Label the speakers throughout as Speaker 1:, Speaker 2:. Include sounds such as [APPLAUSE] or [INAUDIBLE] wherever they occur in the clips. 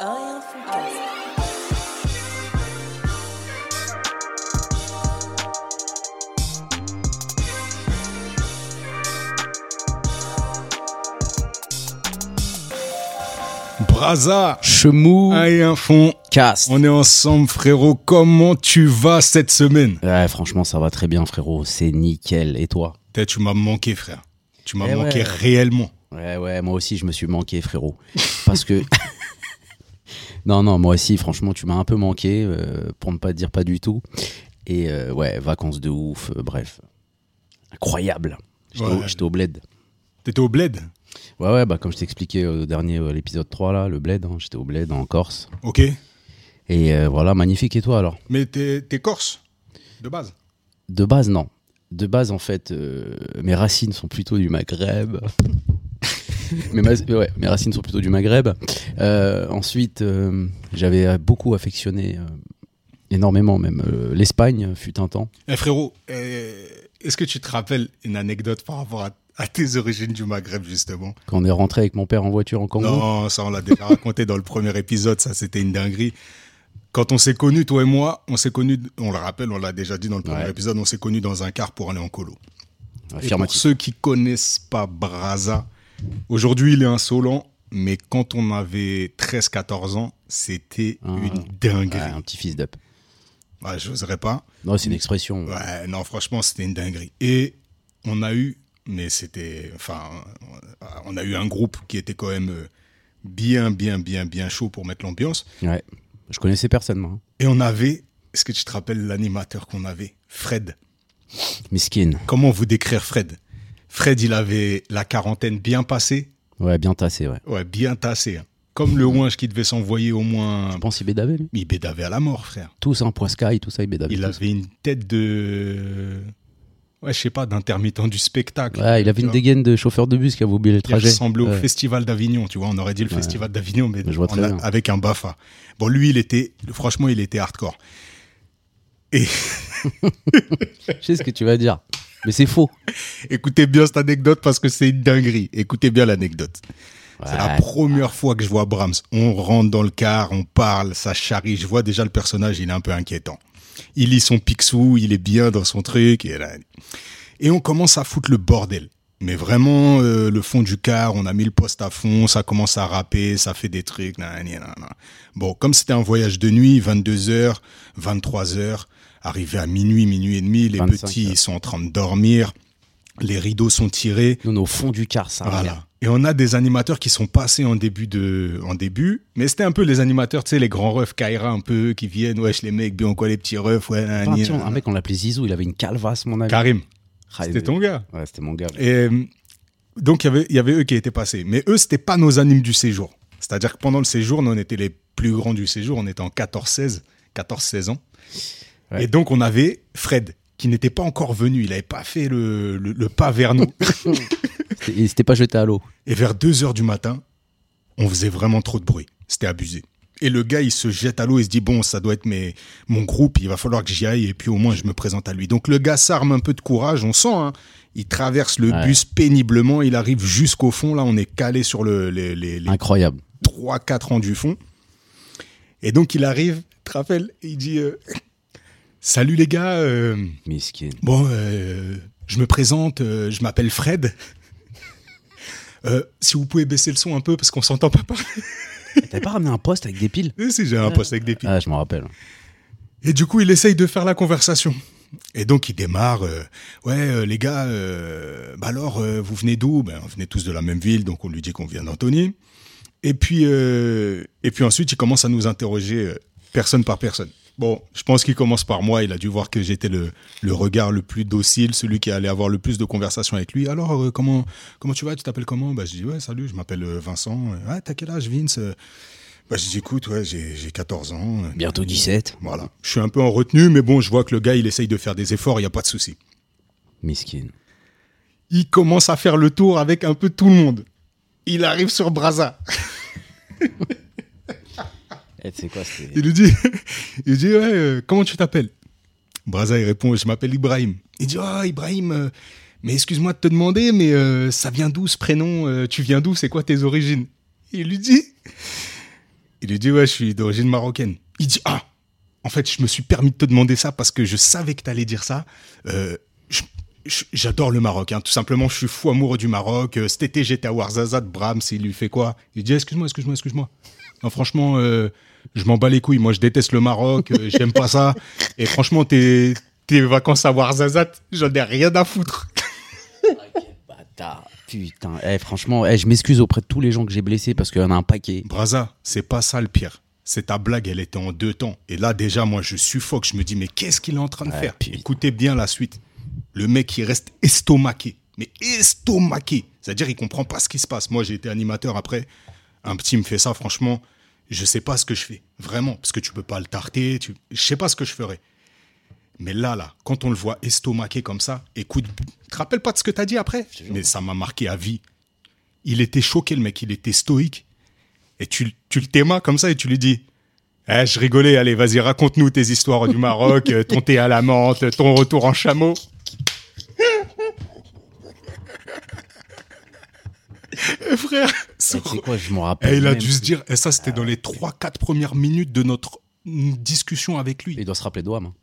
Speaker 1: Orient Foodcast.
Speaker 2: Braza
Speaker 3: Chemou
Speaker 2: et un fond.
Speaker 3: Cast.
Speaker 2: On est ensemble, frérot. Comment tu vas cette semaine
Speaker 3: Ouais, franchement, ça va très bien, frérot. C'est nickel. Et toi
Speaker 2: Putain, Tu m'as manqué, frère. Tu m'as
Speaker 3: Eh
Speaker 2: manqué
Speaker 3: ouais.
Speaker 2: réellement.
Speaker 3: Ouais, ouais, moi aussi, je me suis manqué, frérot. Parce que. [LAUGHS] non, non, moi aussi, franchement, tu m'as un peu manqué, euh, pour ne pas dire pas du tout. Et euh, ouais, vacances de ouf, euh, bref. Incroyable. J'étais au-
Speaker 2: Ouais.
Speaker 3: j'étais au bled.
Speaker 2: T'étais au bled
Speaker 3: Ouais, ouais, bah, comme je t'expliquais au dernier, euh, l'épisode 3, là, le bled, hein, j'étais au bled en Corse.
Speaker 2: Ok.
Speaker 3: Et euh, voilà, magnifique. Et toi, alors
Speaker 2: Mais t'es t'es corse, de base.
Speaker 3: De base, non. De base, en fait, euh, mes racines sont plutôt du
Speaker 2: [LAUGHS]
Speaker 3: Maghreb. mes, mas- ouais, mes racines sont plutôt du Maghreb. Euh, ensuite, euh, j'avais beaucoup affectionné, euh, énormément même, euh, l'Espagne, fut un temps.
Speaker 2: Eh, frérot, euh, est-ce que tu te rappelles une anecdote par rapport à, à tes origines du Maghreb, justement
Speaker 3: Quand on est rentré avec mon père en voiture en Congo.
Speaker 2: Non, ça, on l'a
Speaker 3: [LAUGHS]
Speaker 2: déjà raconté dans le premier épisode. Ça, c'était une dinguerie. Quand on s'est connus, toi et moi, on s'est connus, on le rappelle, on l'a déjà dit dans le premier
Speaker 3: Ouais.
Speaker 2: épisode, on s'est connus dans un car pour aller en colo. Et pour
Speaker 3: Affirmatif.
Speaker 2: ceux qui connaissent pas Braza, aujourd'hui il est insolent, mais quand on avait 13-14 ans, c'était
Speaker 3: Ah.
Speaker 2: une
Speaker 3: Ouais,
Speaker 2: dinguerie.
Speaker 3: un petit fils d'up.
Speaker 2: Ouais, je n'oserais pas.
Speaker 3: Non, c'est une expression.
Speaker 2: Ouais, non, franchement, c'était une dinguerie. Et on a eu, mais c'était. Enfin, on a eu un groupe qui était quand même euh, bien, bien, bien, bien chaud pour mettre l'ambiance.
Speaker 3: Ouais. Je connaissais personne, moi. hein.
Speaker 2: Et on avait, est-ce que tu te rappelles l'animateur qu'on avait Fred.
Speaker 3: Miskin.
Speaker 2: Comment vous décrire Fred Fred, il avait la quarantaine bien passée.
Speaker 3: Ouais, bien tassé, ouais.
Speaker 2: Ouais, bien tassé. hein. Comme le ouinge qui devait s'envoyer au moins.
Speaker 3: Je pense qu'il bédavait, lui.
Speaker 2: Il bédavait à la mort, frère.
Speaker 3: Tous, hein, Poiscaille, tout ça, il bédavait.
Speaker 2: Il
Speaker 3: tous.
Speaker 2: avait une tête de. Ouais, je sais pas, d'intermittent du spectacle.
Speaker 3: Ouais, il avait
Speaker 2: Tu
Speaker 3: une
Speaker 2: vois,
Speaker 3: dégaine de chauffeur de bus qui avait oublié le
Speaker 2: Il
Speaker 3: trajet.
Speaker 2: ressemblait au
Speaker 3: Ouais.
Speaker 2: Festival d'Avignon, tu vois. On aurait dit le Festival d'Avignon, mais
Speaker 3: Mais je vois
Speaker 2: on
Speaker 3: très
Speaker 2: a-
Speaker 3: bien.
Speaker 2: avec un BAFA. Bon, lui, il était. Franchement, il était hardcore. Et
Speaker 3: Je sais ce que tu vas dire, mais c'est faux.
Speaker 2: écoutez bien cette anecdote parce que c'est une dinguerie. Écoutez bien l'anecdote. C'est la première fois que je vois Brahms. On rentre dans le car, on parle, ça charrie. Je vois déjà le personnage, il est un peu inquiétant. Il lit son pixou, il est bien dans son truc. Et, là- et on commence à foutre le bordel. Mais vraiment, euh, le fond du car, on a mis le poste à fond, ça commence à rapper, ça fait des trucs. nan, nan, nan, nan. Bon, comme c'était un voyage de nuit, 22h, 23h, arrivé à minuit, minuit et demi, les
Speaker 3: 25
Speaker 2: petits,
Speaker 3: heures.
Speaker 2: ils sont en train de dormir, les rideaux sont tirés.
Speaker 3: Nous, on est au fond du car, ça. Ah,
Speaker 2: Voilà. Et on a des animateurs qui sont passés en début de, en début, mais c'était un peu les animateurs, tu sais, les grands refs Kaira un peu qui viennent, wesh les mecs, bien quoi les petits refs, ouais. nan,
Speaker 3: Putain,
Speaker 2: nan,
Speaker 3: tiens,
Speaker 2: nan.
Speaker 3: un mec, on l'appelait Zizou, il avait une calvasse, mon ami.
Speaker 2: Karim,
Speaker 3: Ah, il-
Speaker 2: c'était ton gars.
Speaker 3: Ouais, c'était mon gars.
Speaker 2: Et euh, donc il y avait, il y avait eux qui étaient passés, mais eux c'était pas nos animes du séjour. C'est-à-dire que pendant le séjour, nous on était les plus grands du séjour, on était en 14-16, 14-16 ans.
Speaker 3: Ouais.
Speaker 2: Et donc on avait Fred qui n'était pas encore venu, il n'avait pas fait le, le- le pas vers nous.
Speaker 3: C'était- Il s'était pas jeté à l'eau.
Speaker 2: Et vers 2 heures du matin, on faisait vraiment trop de bruit. C'était abusé. Et le gars, il se jette à l'eau et se dit Bon, ça doit être mes, mon groupe, il va falloir que j'y aille et puis au moins je me présente à lui. Donc le gars s'arme un peu de courage, on sent. hein. il traverse le
Speaker 3: Ouais.
Speaker 2: bus péniblement, il arrive jusqu'au fond. Là, on est calé sur le, les, les, les
Speaker 3: Incroyable.
Speaker 2: 3-4 ans du fond. Et donc il arrive, tu te rappelles, il dit euh, Salut les gars, euh,
Speaker 3: Miskin.
Speaker 2: Bon, euh, je me présente, euh, je m'appelle Fred. Euh, si vous pouvez baisser le son un peu parce qu'on s'entend pas parler.
Speaker 3: T'avais pas ramené un poste avec des piles
Speaker 2: si j'ai un poste avec des piles.
Speaker 3: Ah, je m'en rappelle.
Speaker 2: Et du coup, il essaye de faire la conversation. Et donc, il démarre. euh, ouais, euh, les gars, euh, bah alors, euh, vous venez d'où ben, On venait tous de la même ville, donc on lui dit qu'on vient d'Antony. Et puis, euh, et puis ensuite, il commence à nous interroger euh, personne par personne. Bon, je pense qu'il commence par moi. Il a dû voir que j'étais le, le regard le plus docile, celui qui allait avoir le plus de conversations avec lui. Alors, euh, comment, comment tu vas Tu t'appelles comment bah, Je dis, ouais, salut, je m'appelle euh, Vincent. Euh, Ah, t'as quel âge, Vince Euh, bah, Je dis, écoute, ouais, j'ai j'ai 14 ans.
Speaker 3: Bientôt 17.
Speaker 2: Voilà. Je suis un peu en retenue, mais bon, je vois que le gars, il essaye de faire des efforts, il n'y a pas de souci.
Speaker 3: Miskin.
Speaker 2: Il commence à faire le tour avec un peu tout le monde. Il arrive sur Braza.
Speaker 3: Eh, tu sais quoi, c'était-
Speaker 2: Il lui dit, [LAUGHS] il lui dit ouais, euh, comment tu t'appelles Braza, il répond, je m'appelle Ibrahim. Il dit, ah, Ibrahim, euh, mais excuse-moi de te demander, mais euh, ça vient d'où ce prénom Euh, Tu viens d'où C'est quoi tes origines Il lui dit, Il lui dit ouais, je suis d'origine marocaine. Il dit ah, en fait, je me suis permis de te demander ça parce que je savais que t'allais dire ça. Euh, je- je- J'adore le Maroc, hein. tout simplement, je suis fou amoureux du Maroc. Euh, Cet été, j'étais à Ouarzazate, Brahms, il lui fait quoi Il dit excuse-moi, excuse-moi, excuse-moi. Non, franchement, euh, je m'en bats les couilles. Moi, je déteste le Maroc, euh, j'aime pas ça. Et franchement, tes, tes vacances à Ouarzazate, j'en ai rien à foutre.
Speaker 3: Bâtard. Putain, Eh, franchement, eh, je m'excuse auprès de tous les gens que j'ai blessés parce qu'il y en a un paquet.
Speaker 2: Braza, c'est pas ça le pire. C'est ta blague, elle était en deux temps. Et là, déjà, moi, je suffoque. Je me dis, mais qu'est-ce qu'il est en train de
Speaker 3: Ouais,
Speaker 2: faire
Speaker 3: putain.
Speaker 2: Écoutez bien la suite. Le mec, il reste estomaqué. Mais estomaqué. C'est-à-dire, il comprend pas ce qui se passe. Moi, j'ai été animateur après. Un petit me fait ça, franchement, je sais pas ce que je fais. Vraiment. Parce que tu peux pas le tarter. Tu... Je sais pas ce que je ferais. Mais là, là, quand on le voit estomaqué comme ça, écoute, tu te rappelles pas de ce que t'as dit après Mais ça m'a marqué à vie. Il était choqué, le mec. Il était stoïque et tu, tu le témas comme ça et tu lui dis Eh, je rigolais, allez, vas-y, raconte-nous tes histoires du Maroc, euh, ton thé à la menthe, ton retour en chameau. Eh, Frère,
Speaker 3: Eh, tu sais quoi, je m'en rappelle.
Speaker 2: Eh, il a
Speaker 3: même.
Speaker 2: dû se dire, et ça c'était dans les 3-4 premières minutes de notre mm, discussion avec lui.
Speaker 3: Il doit se rappeler de Douame, hein.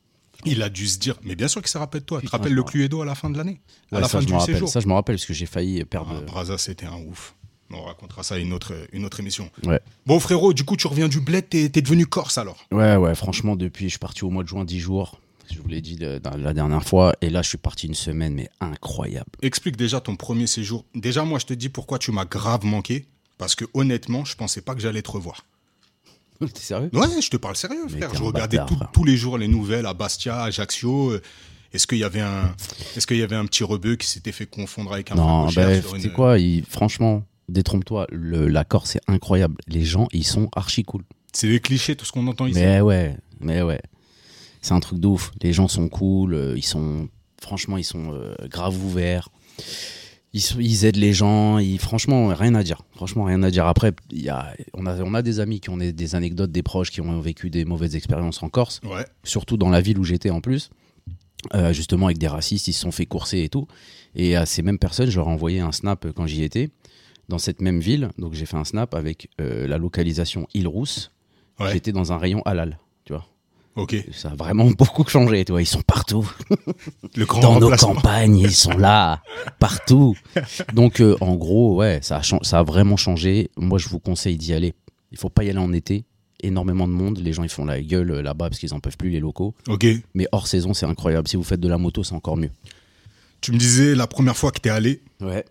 Speaker 2: Il a dû se dire, mais bien sûr qu'il se rappelle de toi, tu te
Speaker 3: Putain,
Speaker 2: rappelles
Speaker 3: je
Speaker 2: le
Speaker 3: me
Speaker 2: Cluedo à la fin de l'année, à
Speaker 3: Ouais,
Speaker 2: la
Speaker 3: ça,
Speaker 2: fin
Speaker 3: je
Speaker 2: du
Speaker 3: me rappelle.
Speaker 2: séjour.
Speaker 3: Ça, je me rappelle parce que j'ai failli
Speaker 2: Ah,
Speaker 3: perdre.
Speaker 2: Braza, c'était un ouf. On racontera ça à une autre, une autre émission.
Speaker 3: euh, Ouais.
Speaker 2: Bon frérot, du coup tu reviens du bled, t'es t'es devenu corse alors.
Speaker 3: Ouais, ouais, franchement, depuis, je suis parti au mois de juin 10 jours. Je vous l'ai dit le- dans- la dernière fois. Et là, je suis parti une semaine, mais incroyable. [LAUGHS]
Speaker 2: Explique déjà ton premier séjour. Déjà moi je te dis pourquoi tu m'as grave manqué, parce que honnêtement je pensais pas que j'allais te revoir.
Speaker 3: T'es sérieux
Speaker 2: Ouais, je te parle sérieux
Speaker 3: Mais
Speaker 2: frère,
Speaker 3: t'es
Speaker 2: je
Speaker 3: un
Speaker 2: regardais
Speaker 3: bâtard,
Speaker 2: tout-
Speaker 3: frère.
Speaker 2: tous les jours les nouvelles à Bastia, à Ajaccio. euh, Est-ce qu'il y avait un, est-ce qu'il y avait un petit rebeu qui s'était fait confondre avec un
Speaker 3: Non,
Speaker 2: facochère sur
Speaker 3: bah, tu
Speaker 2: une- euh,
Speaker 3: sais quoi, il- franchement, détrompe-toi, le- la Corse, c'est incroyable. Les gens, ils sont archi cool.
Speaker 2: C'est des clichés tout ce qu'on entend ici.
Speaker 3: Mais ouais, mais ouais. C'est un truc de ouf. Les gens sont cool, euh, ils sont. Franchement, ils sont euh, grave ouverts. Ils, sont- ils aident les gens, ils, franchement, rien à dire. Franchement, rien à dire. Après, il y a, on, a, on a des amis qui ont des, des anecdotes, des proches qui ont vécu des mauvaises expériences en Corse,
Speaker 2: Ouais.
Speaker 3: surtout dans la ville où j'étais en plus. Euh, justement, avec des racistes, ils se sont fait courser et tout. Et à ces mêmes personnes, je leur ai envoyé un snap quand j'y étais, dans cette même ville. Donc, j'ai fait un snap avec euh, la localisation Île Rousse.
Speaker 2: Ouais.
Speaker 3: J'étais dans un rayon halal, tu vois.
Speaker 2: Ok.
Speaker 3: Ça a vraiment [LAUGHS] beaucoup changé, tu vois. Ils sont partout.
Speaker 2: Le grand
Speaker 3: Dans nos
Speaker 2: remplacement.
Speaker 3: campagnes, ils sont là.
Speaker 2: [LAUGHS]
Speaker 3: Partout. Donc, euh, en gros, ouais, ça a, chan- ça a vraiment changé. Moi, je vous conseille d'y aller. Il faut pas y aller en été. Énormément de monde. Les gens, ils font la gueule euh, là-bas parce qu'ils en peuvent plus, les locaux.
Speaker 2: Ok.
Speaker 3: Mais hors saison, c'est incroyable. Si vous faites de la moto, c'est encore mieux.
Speaker 2: Tu me disais la première fois que t'es allé,
Speaker 3: Ouais.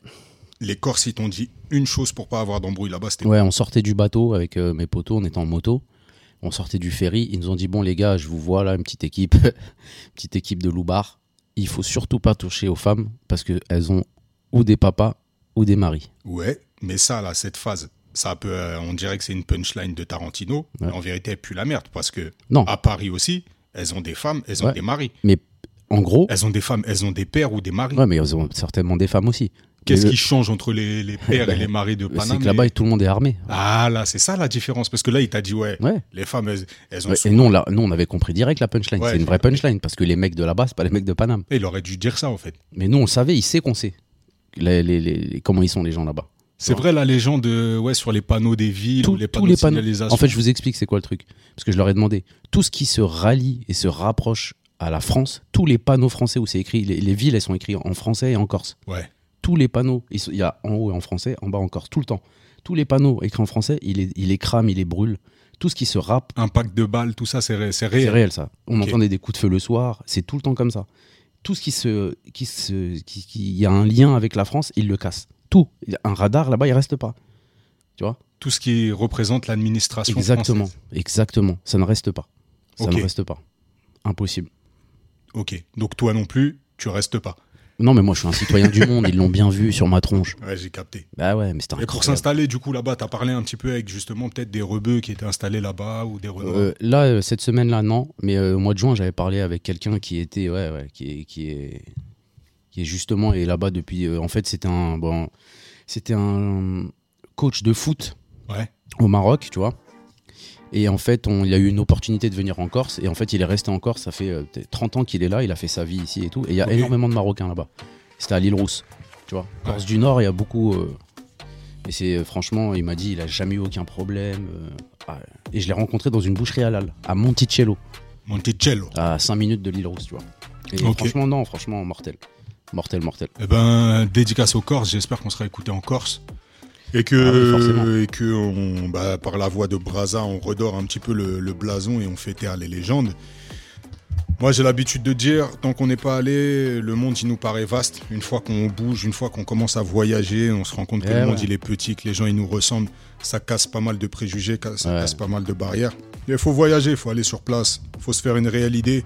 Speaker 2: les Corses ils t'ont dit une chose pour pas avoir d'embrouille là-bas, c'était
Speaker 3: Ouais, on sortait du bateau avec euh, mes potos, on était en moto. On sortait du ferry, ils nous ont dit bon les gars, je vous vois là une petite équipe, [LAUGHS] petite équipe de loubar. Il faut surtout pas toucher aux femmes parce que elles ont ou des papas ou des maris.
Speaker 2: Ouais, mais ça, là, cette phase, ça peut, euh, on dirait que c'est une punchline de Tarantino. mais en vérité, elle pue la merde parce que
Speaker 3: Non.
Speaker 2: à Paris aussi, elles ont des femmes, elles ont
Speaker 3: Ouais.
Speaker 2: des maris.
Speaker 3: Mais en gros,
Speaker 2: Elles ont des femmes, elles ont des pères ou des maris.
Speaker 3: ouais, mais elles ont certainement des femmes aussi.
Speaker 2: Qu'est-ce
Speaker 3: Mais
Speaker 2: qui change entre les,
Speaker 3: [LAUGHS]
Speaker 2: les pères et
Speaker 3: Ben,
Speaker 2: les maris de
Speaker 3: le- c'est
Speaker 2: Paname
Speaker 3: que là-bas
Speaker 2: et-
Speaker 3: tout le monde est armé.
Speaker 2: Ah là, c'est ça la différence parce que là, il t'a dit ouais,
Speaker 3: Ouais.
Speaker 2: les femmes, elles, elles ont.
Speaker 3: Ouais,
Speaker 2: sou-
Speaker 3: et nous on, l'a- nous, on avait compris direct la punchline.
Speaker 2: Ouais,
Speaker 3: c'est une
Speaker 2: j'ai
Speaker 3: vraie punchline parce que les mecs de là-bas c'est pas les mecs de Paname.
Speaker 2: Il aurait dû dire ça en fait.
Speaker 3: Mais nous on le savait, il sait qu'on sait les- les- les- les- comment ils sont les gens là-bas.
Speaker 2: C'est
Speaker 3: Ouais.
Speaker 2: vrai la légende euh, ouais sur les panneaux des villes,
Speaker 3: Tout-
Speaker 2: ou les
Speaker 3: tous
Speaker 2: panneaux
Speaker 3: les
Speaker 2: de
Speaker 3: panneaux.
Speaker 2: signalisation.
Speaker 3: En fait, je vous explique c'est quoi le truc. Parce que je leur ai demandé. Tout ce qui se rallie et se rapproche à la France, tous les panneaux français où c'est écrit, les, les villes, elles sont écrites en français et en corse.
Speaker 2: ouais.
Speaker 3: Tous les panneaux, ils sont- il y a en haut et en français, en bas en corse, tout le temps. Tous les panneaux écrits en français, il les, il les crame, il les brûle. Tout ce qui se rappe,
Speaker 2: Impact de balles, tout ça, c'est ré- c'est
Speaker 3: c'est
Speaker 2: réel.
Speaker 3: réel ça. On
Speaker 2: Ok.
Speaker 3: entendait des coups de feu le soir, c'est tout le temps comme ça. Tout ce qui se, qui se, qui, qui- y a un lien avec la France, ils le cassent. Tout. Un radar là-bas, il reste pas. Tu vois
Speaker 2: Tout ce qui représente l'administration.
Speaker 3: Exactement,
Speaker 2: française.
Speaker 3: exactement. Ça ne reste pas. Ça
Speaker 2: Ok.
Speaker 3: ne reste pas. Impossible.
Speaker 2: Ok. Donc toi non plus, tu restes pas.
Speaker 3: Non, mais moi, je suis un citoyen du monde. Ils l'ont bien vu sur ma tronche.
Speaker 2: Ouais, j'ai capté.
Speaker 3: Bah ouais, mais c'est
Speaker 2: Et pour
Speaker 3: incroyable.
Speaker 2: s'installer, du coup, là-bas, t'as parlé un petit peu avec justement peut-être des rebeux qui étaient installés là-bas ou des renois.
Speaker 3: Euh, là, euh, cette semaine-là, non. Mais euh, au mois de juin, j'avais parlé avec quelqu'un qui était, ouais, ouais, qui est, qui est, qui est justement est là-bas depuis. euh, en fait, c'était un, bon, c'était un euh, coach de foot
Speaker 2: Ouais.
Speaker 3: au Maroc, tu vois. Et en fait, on, il a eu une opportunité de venir en Corse. Et en fait, il est resté en Corse. Ça fait euh, peut-être 30 ans qu'il est là. Il a fait sa vie ici et tout. Et il y a
Speaker 2: Ok.
Speaker 3: énormément de Marocains là-bas. C'était à l'île Rousse. Tu vois, Corse du Nord, il y a beaucoup. euh, et c'est euh, franchement, il m'a dit, il a jamais eu aucun problème. euh, Et je l'ai rencontré dans une boucherie halal, à Monticello,
Speaker 2: Monticello.
Speaker 3: à 5 minutes de l'île Rose, tu vois. Et
Speaker 2: Ok.
Speaker 3: franchement, non, franchement, mortel. Mortel, mortel.
Speaker 2: Eh ben, dédicace aux Corses. J'espère qu'on sera écouté en Corse. Et
Speaker 3: Ah oui,
Speaker 2: que,
Speaker 3: forcément.
Speaker 2: et que on, bah, par la voix de Braza, on redore un petit peu le, le blason et on fait taire les légendes. Moi, j'ai l'habitude de dire, tant qu'on n'est pas allé, le monde, il nous paraît vaste. Une fois qu'on bouge, une fois qu'on commence à voyager, on se rend compte que
Speaker 3: Eh
Speaker 2: le monde,
Speaker 3: ouais.
Speaker 2: il est petit, que les gens, ils nous ressemblent. Ça casse pas mal de préjugés, ca- ça
Speaker 3: Ouais.
Speaker 2: casse pas mal de barrières. Il faut voyager, il faut aller sur place, il faut se faire une réelle idée.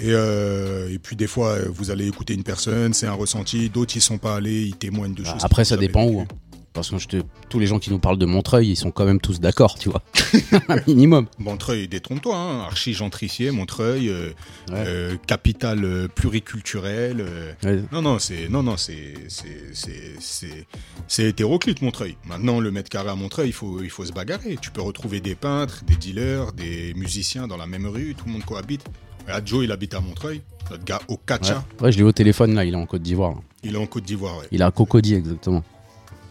Speaker 2: Et, euh, et puis des fois, euh, vous allez écouter une personne, c'est un ressenti, d'autres ils sont pas allés, ils témoignent de
Speaker 3: Bah,
Speaker 2: choses.
Speaker 3: Après,
Speaker 2: qu'ils
Speaker 3: ça
Speaker 2: avaient
Speaker 3: dépend où.
Speaker 2: vécues.
Speaker 3: hein. Parce que je te... tous les gens qui nous parlent de Montreuil, ils sont quand même tous d'accord, tu vois. [LAUGHS] Un minimum.
Speaker 2: Montreuil, détrompe-toi, hein, archi gentrifié, Montreuil, euh,
Speaker 3: Ouais.
Speaker 2: euh, capitale euh, pluriculturelle. euh,
Speaker 3: Ouais.
Speaker 2: Non, non, c'est non, non, c'est c'est- c'est- c'est- c'est hétéroclite Montreuil. Maintenant, le mètre carré à Montreuil, il faut, il faut se bagarrer. Tu peux retrouver des peintres, des dealers, des musiciens dans la même rue, tout le monde cohabite. Là, Joe, il habite à Montreuil. Notre gars, au
Speaker 3: Ouais.
Speaker 2: Kacha,
Speaker 3: Ouais, je l'ai au téléphone là, il est en Côte d'Ivoire. là.
Speaker 2: il est en Côte d'Ivoire, ouais.
Speaker 3: Il est à Cocody exactement.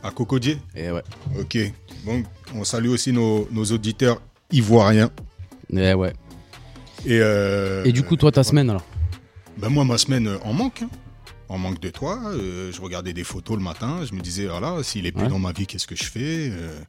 Speaker 2: à Cocodier.
Speaker 3: Et ouais.
Speaker 2: Ok. Bon, on salue aussi nos, nos auditeurs ivoiriens.
Speaker 3: Et Eh ouais.
Speaker 2: Et, euh,
Speaker 3: Et du coup, toi, ta semaine alors
Speaker 2: Ben moi, ma semaine euh, en manque. hein. En manque de toi. Euh, je regardais des photos le matin. Je me disais, voilà, s'il est plus
Speaker 3: Ouais.
Speaker 2: dans ma vie, qu'est-ce que je fais Euh,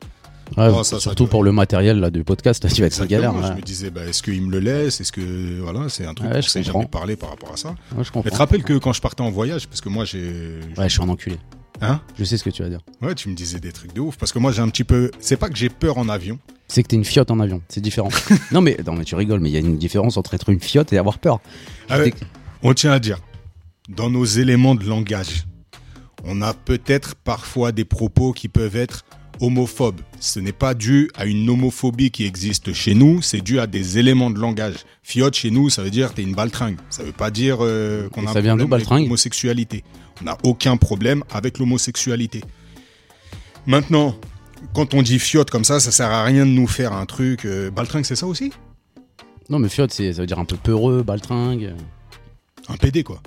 Speaker 3: Ouais,
Speaker 2: Non, ça, ça
Speaker 3: Surtout
Speaker 2: doit-
Speaker 3: pour le matériel là, du podcast, là, tu vas être une galère.
Speaker 2: exactement. Je
Speaker 3: ouais.
Speaker 2: me disais, ben, est-ce qu'il me le laisse Est-ce que. Voilà, c'est un truc
Speaker 3: Ouais,
Speaker 2: qu'on
Speaker 3: je
Speaker 2: s'est
Speaker 3: comprends.
Speaker 2: jamais parlé par rapport à ça.
Speaker 3: Ouais, je
Speaker 2: Mais te
Speaker 3: comprends.
Speaker 2: rappelle que quand je partais en voyage, parce que moi, j'ai.
Speaker 3: Ouais, je suis un enculé.
Speaker 2: Hein
Speaker 3: Je sais ce que tu vas dire.
Speaker 2: Ouais, tu me disais des trucs de ouf. Parce que moi, j'ai un petit peu. C'est pas que j'ai peur en avion.
Speaker 3: C'est que t'es une fiotte en avion,
Speaker 2: [LAUGHS]
Speaker 3: c'est différent. non mais non mais tu rigoles, mais il y a une différence entre être une fiotte et avoir peur.
Speaker 2: Ah ouais. On tient à dire, dans nos éléments de langage, on a peut-être parfois des propos qui peuvent être homophobes. Ce n'est pas dû à une homophobie qui existe chez nous, c'est dû à des éléments de langage. Fiotte chez nous, ça veut dire t'es une baltringue. Ça veut pas dire euh, qu'on
Speaker 3: Et
Speaker 2: a
Speaker 3: ça
Speaker 2: un
Speaker 3: vient
Speaker 2: problème
Speaker 3: d'où,
Speaker 2: avec
Speaker 3: baltringue
Speaker 2: l'homosexualité. On n'a aucun problème avec l'homosexualité. Maintenant, quand on dit fiotte comme ça, ça sert à rien de nous faire un truc. euh, baltringue, c'est ça aussi
Speaker 3: Non mais fiotte, c'est ça veut dire un peu peureux, baltringue.
Speaker 2: Un PD quoi.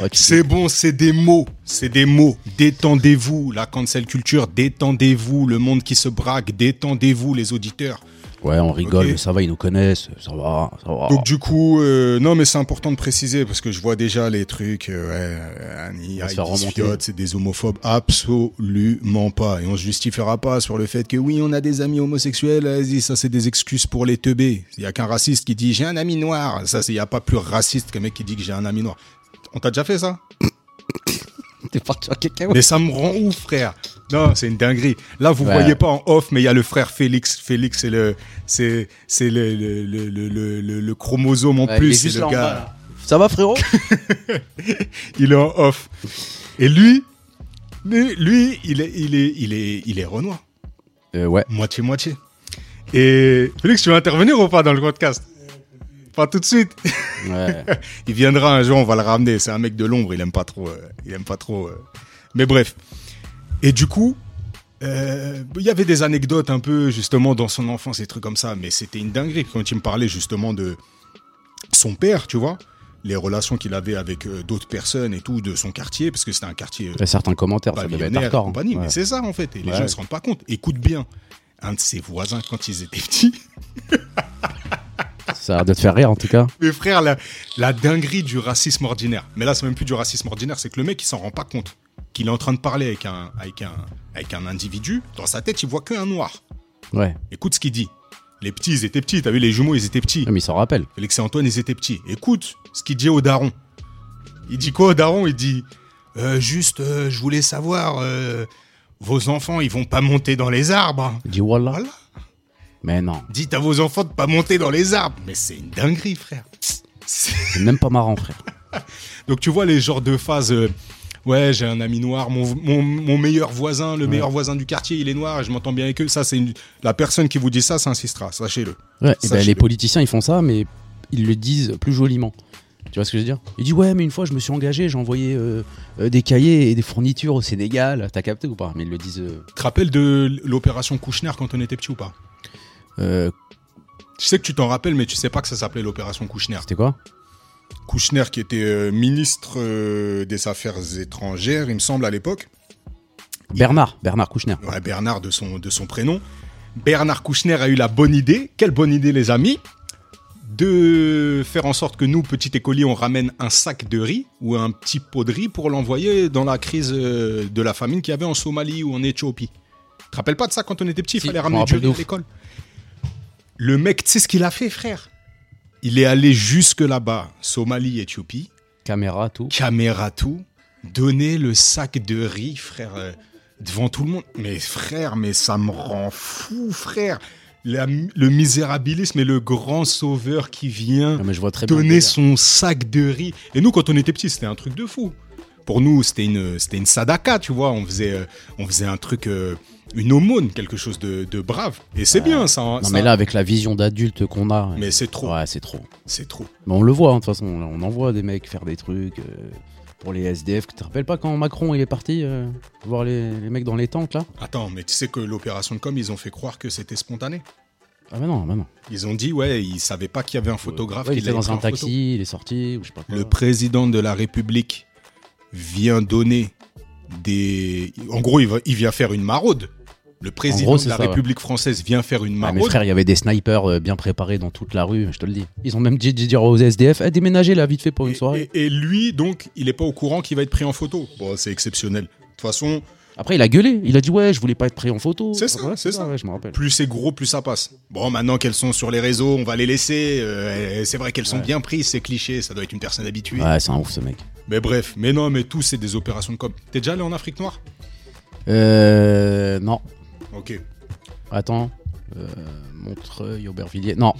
Speaker 3: Ouais, tu-
Speaker 2: C'est bon, c'est des mots, c'est des mots. Détendez-vous, la cancel culture, détendez-vous, le monde qui se braque, détendez-vous, les auditeurs.
Speaker 3: Ouais, on rigole,
Speaker 2: Ok.
Speaker 3: mais ça va, ils nous connaissent, ça va, ça va.
Speaker 2: Donc du coup, euh, non mais c'est important de préciser parce que je vois déjà les trucs, euh, ouais, euh, Annie,
Speaker 3: va se
Speaker 2: ils
Speaker 3: faire
Speaker 2: disent
Speaker 3: remonter.
Speaker 2: fiottes, c'est des homophobes, absolument pas. Et on se justifiera pas sur le fait que oui, on a des amis homosexuels, vas-y, ça c'est des excuses pour les teubés. Il y a qu'un raciste qui dit j'ai un ami noir, ça c'est il y a pas plus raciste qu'un mec qui dit que j'ai un ami noir. On t'a déjà fait ça
Speaker 3: t'es parti à quelqu'un.
Speaker 2: [LAUGHS] Mais ça me rend ouf, frère. Non, c'est une dinguerie. Là, vous
Speaker 3: Ouais.
Speaker 2: voyez pas en off, mais il y a le frère Félix. Félix, c'est le, c'est, c'est le, le, le, le- le- le- le chromosome en plus. C'est le gars.
Speaker 3: Ça
Speaker 2: [LAUGHS]
Speaker 3: va frérot
Speaker 2: il est en off. Et lui, lui, lui, il est, il est, il est, il est renoir,
Speaker 3: euh, Ouais.
Speaker 2: moitié moitié. Et Félix, tu veux intervenir ou pas dans le podcast Pas tout de suite.
Speaker 3: ouais.
Speaker 2: Il viendra un jour, on va le ramener. C'est un mec de l'ombre, il aime pas trop. euh, il aime pas trop. euh. Mais bref. Et du coup, euh, il y avait des anecdotes un peu justement dans son enfance, des trucs comme ça. Mais c'était une dinguerie quand il me parlait justement de son père, tu vois, les relations qu'il avait avec euh, d'autres personnes et tout de son quartier, parce que c'était un quartier euh,
Speaker 3: T'as certains commentaires, ça devait être
Speaker 2: pavillonnaire et
Speaker 3: hardcore. hein.
Speaker 2: compagnie.
Speaker 3: Ouais.
Speaker 2: Mais c'est ça en fait. Et les
Speaker 3: Ouais.
Speaker 2: gens ne se rendent pas compte. Écoute bien. Un de ses voisins quand ils étaient petits.
Speaker 3: Ça a l'air de te faire rire en
Speaker 2: [LAUGHS]
Speaker 3: tout cas.
Speaker 2: Mes frères, la, la dinguerie du racisme ordinaire. Mais là, c'est même plus du racisme ordinaire, c'est que le mec, il s'en rend pas compte. Qu'il est en train de parler avec un, avec un, avec un individu. Dans sa tête, il voit qu'un noir.
Speaker 3: Ouais.
Speaker 2: Écoute ce qu'il dit. Les petits, ils étaient petits. T'as vu, les jumeaux, ils étaient petits.
Speaker 3: Ouais, Mais ils s'en rappellent.
Speaker 2: Félix et Antoine, ils étaient petits. Écoute ce qu'il dit au daron. Il dit quoi au daron Il dit Euh, Juste, euh, je voulais savoir, euh, vos enfants, ils vont pas monter dans les arbres.
Speaker 3: Il dit Wallah.
Speaker 2: Voilà.
Speaker 3: Mais non,
Speaker 2: Dites à vos enfants de pas monter dans les arbres. Mais c'est une dinguerie, frère. C'est-
Speaker 3: c'est même pas
Speaker 2: [LAUGHS]
Speaker 3: marrant frère.
Speaker 2: Donc tu vois les genres de phases. euh, ouais, j'ai un ami noir, mon, mon- mon meilleur voisin, le meilleur voisin du quartier, il est noir et je m'entends bien avec eux. Ça, c'est une- la personne qui vous dit ça, ça insistera, sachez-le.
Speaker 3: Ouais, et ben,
Speaker 2: Sachez-le.
Speaker 3: les politiciens ils font ça, mais ils le disent plus joliment. Tu vois ce que je veux dire Il dit ouais, mais une fois je me suis engagé, j'ai envoyé euh, euh, des cahiers et des fournitures au Sénégal. T'as capté ou pas Mais ils le disent. euh,
Speaker 2: Tu te rappelles de l'opération Kouchner quand on était petit ou pas
Speaker 3: euh,
Speaker 2: Je sais que tu t'en rappelles, mais tu sais pas que ça s'appelait l'opération Kouchner.
Speaker 3: C'était quoi
Speaker 2: Kouchner qui était euh, ministre euh, des Affaires étrangères, il me semble, à l'époque.
Speaker 3: Bernard, Bernard Kouchner.
Speaker 2: Ouais, Bernard de son, de son prénom. Bernard Kouchner a eu la bonne idée, quelle bonne idée les amis, de faire en sorte que nous, petits écoliers, on ramène un sac de riz ou un petit pot de riz pour l'envoyer dans la crise euh, de la famine qu'il y avait en Somalie ou en Éthiopie. Tu te rappelles pas de ça quand on était petit, il
Speaker 3: Si,
Speaker 2: fallait
Speaker 3: je
Speaker 2: ramener
Speaker 3: m'en
Speaker 2: du
Speaker 3: rappelle de
Speaker 2: riz à
Speaker 3: ouf.
Speaker 2: l'école. Le mec, tu sais ce qu'il a fait, frère Il est allé jusque là-bas, Somalie, Éthiopie, [LAUGHS]
Speaker 3: Caméra, tout.
Speaker 2: caméra tout, donner le sac de riz, frère, euh, devant tout le monde. Mais frère, mais ça me rend fou, frère. La- le misérabilisme et le grand sauveur qui vient
Speaker 3: Ah, mais je vois très bien le
Speaker 2: donner
Speaker 3: délire.
Speaker 2: son sac de riz. Et nous, quand on était petits, c'était un truc de fou. Pour nous, c'était une, c'était une sadaka, tu vois. On faisait, euh, on faisait un truc, euh, une aumône, quelque chose de, de brave. Et c'est bien, ça. hein,
Speaker 3: Non,
Speaker 2: ça-
Speaker 3: mais là, avec la vision d'adulte qu'on a.
Speaker 2: mais c'est trop,
Speaker 3: Ouais, c'est trop.
Speaker 2: c'est trop.
Speaker 3: Mais on le voit, hein, de toute façon, on en voit des mecs faire des trucs euh, pour les SDF. Tu te rappelles pas quand Macron il est parti euh, voir les, les mecs dans les tentes là
Speaker 2: Attends, mais tu sais que l'opération de com, ils ont fait croire que c'était spontané.
Speaker 3: Ah bah non, bah non.
Speaker 2: Ils ont dit, ouais, ils savaient pas qu'il y avait un photographe
Speaker 3: Ouais, il
Speaker 2: qui
Speaker 3: était
Speaker 2: l'avait
Speaker 3: dans
Speaker 2: pris
Speaker 3: un
Speaker 2: en photo.
Speaker 3: taxi, il est sorti, ou je sais pas quoi.
Speaker 2: Le président de la République vient donner des. En gros, il, va- il vient faire une maraude. Le président
Speaker 3: gros,
Speaker 2: de
Speaker 3: c'est
Speaker 2: la
Speaker 3: ça, ouais.
Speaker 2: République française vient faire une
Speaker 3: Ah,
Speaker 2: maraude.
Speaker 3: mes frères, il y avait des snipers euh, bien préparés dans toute la rue, je te le dis. Ils ont même dit dit dire aux SDF, Eh, déménagez là vite fait pour une
Speaker 2: Et-
Speaker 3: soirée.
Speaker 2: Et, et lui, donc, il n'est pas au courant qu'il va être pris en photo. Bon, c'est exceptionnel. De toute façon,
Speaker 3: Après, il a gueulé, il a dit ouais, je voulais pas être pris en photo.
Speaker 2: C'est ça,
Speaker 3: Ouais,
Speaker 2: c'est ça.
Speaker 3: ouais, je me rappelle.
Speaker 2: plus c'est gros, plus ça passe. Bon, maintenant qu'elles sont sur les réseaux, on va les laisser. Euh, c'est vrai qu'elles sont
Speaker 3: Ouais.
Speaker 2: bien prises, c'est cliché, ça doit être une personne habituée.
Speaker 3: Ouais, c'est un ouf ce mec.
Speaker 2: Mais bref, mais non, mais tout, c'est des opérations de com. T'es déjà allé en Afrique noire
Speaker 3: Euh. Non.
Speaker 2: Ok.
Speaker 3: Attends. Euh, Montreuil, Aubervilliers. Non,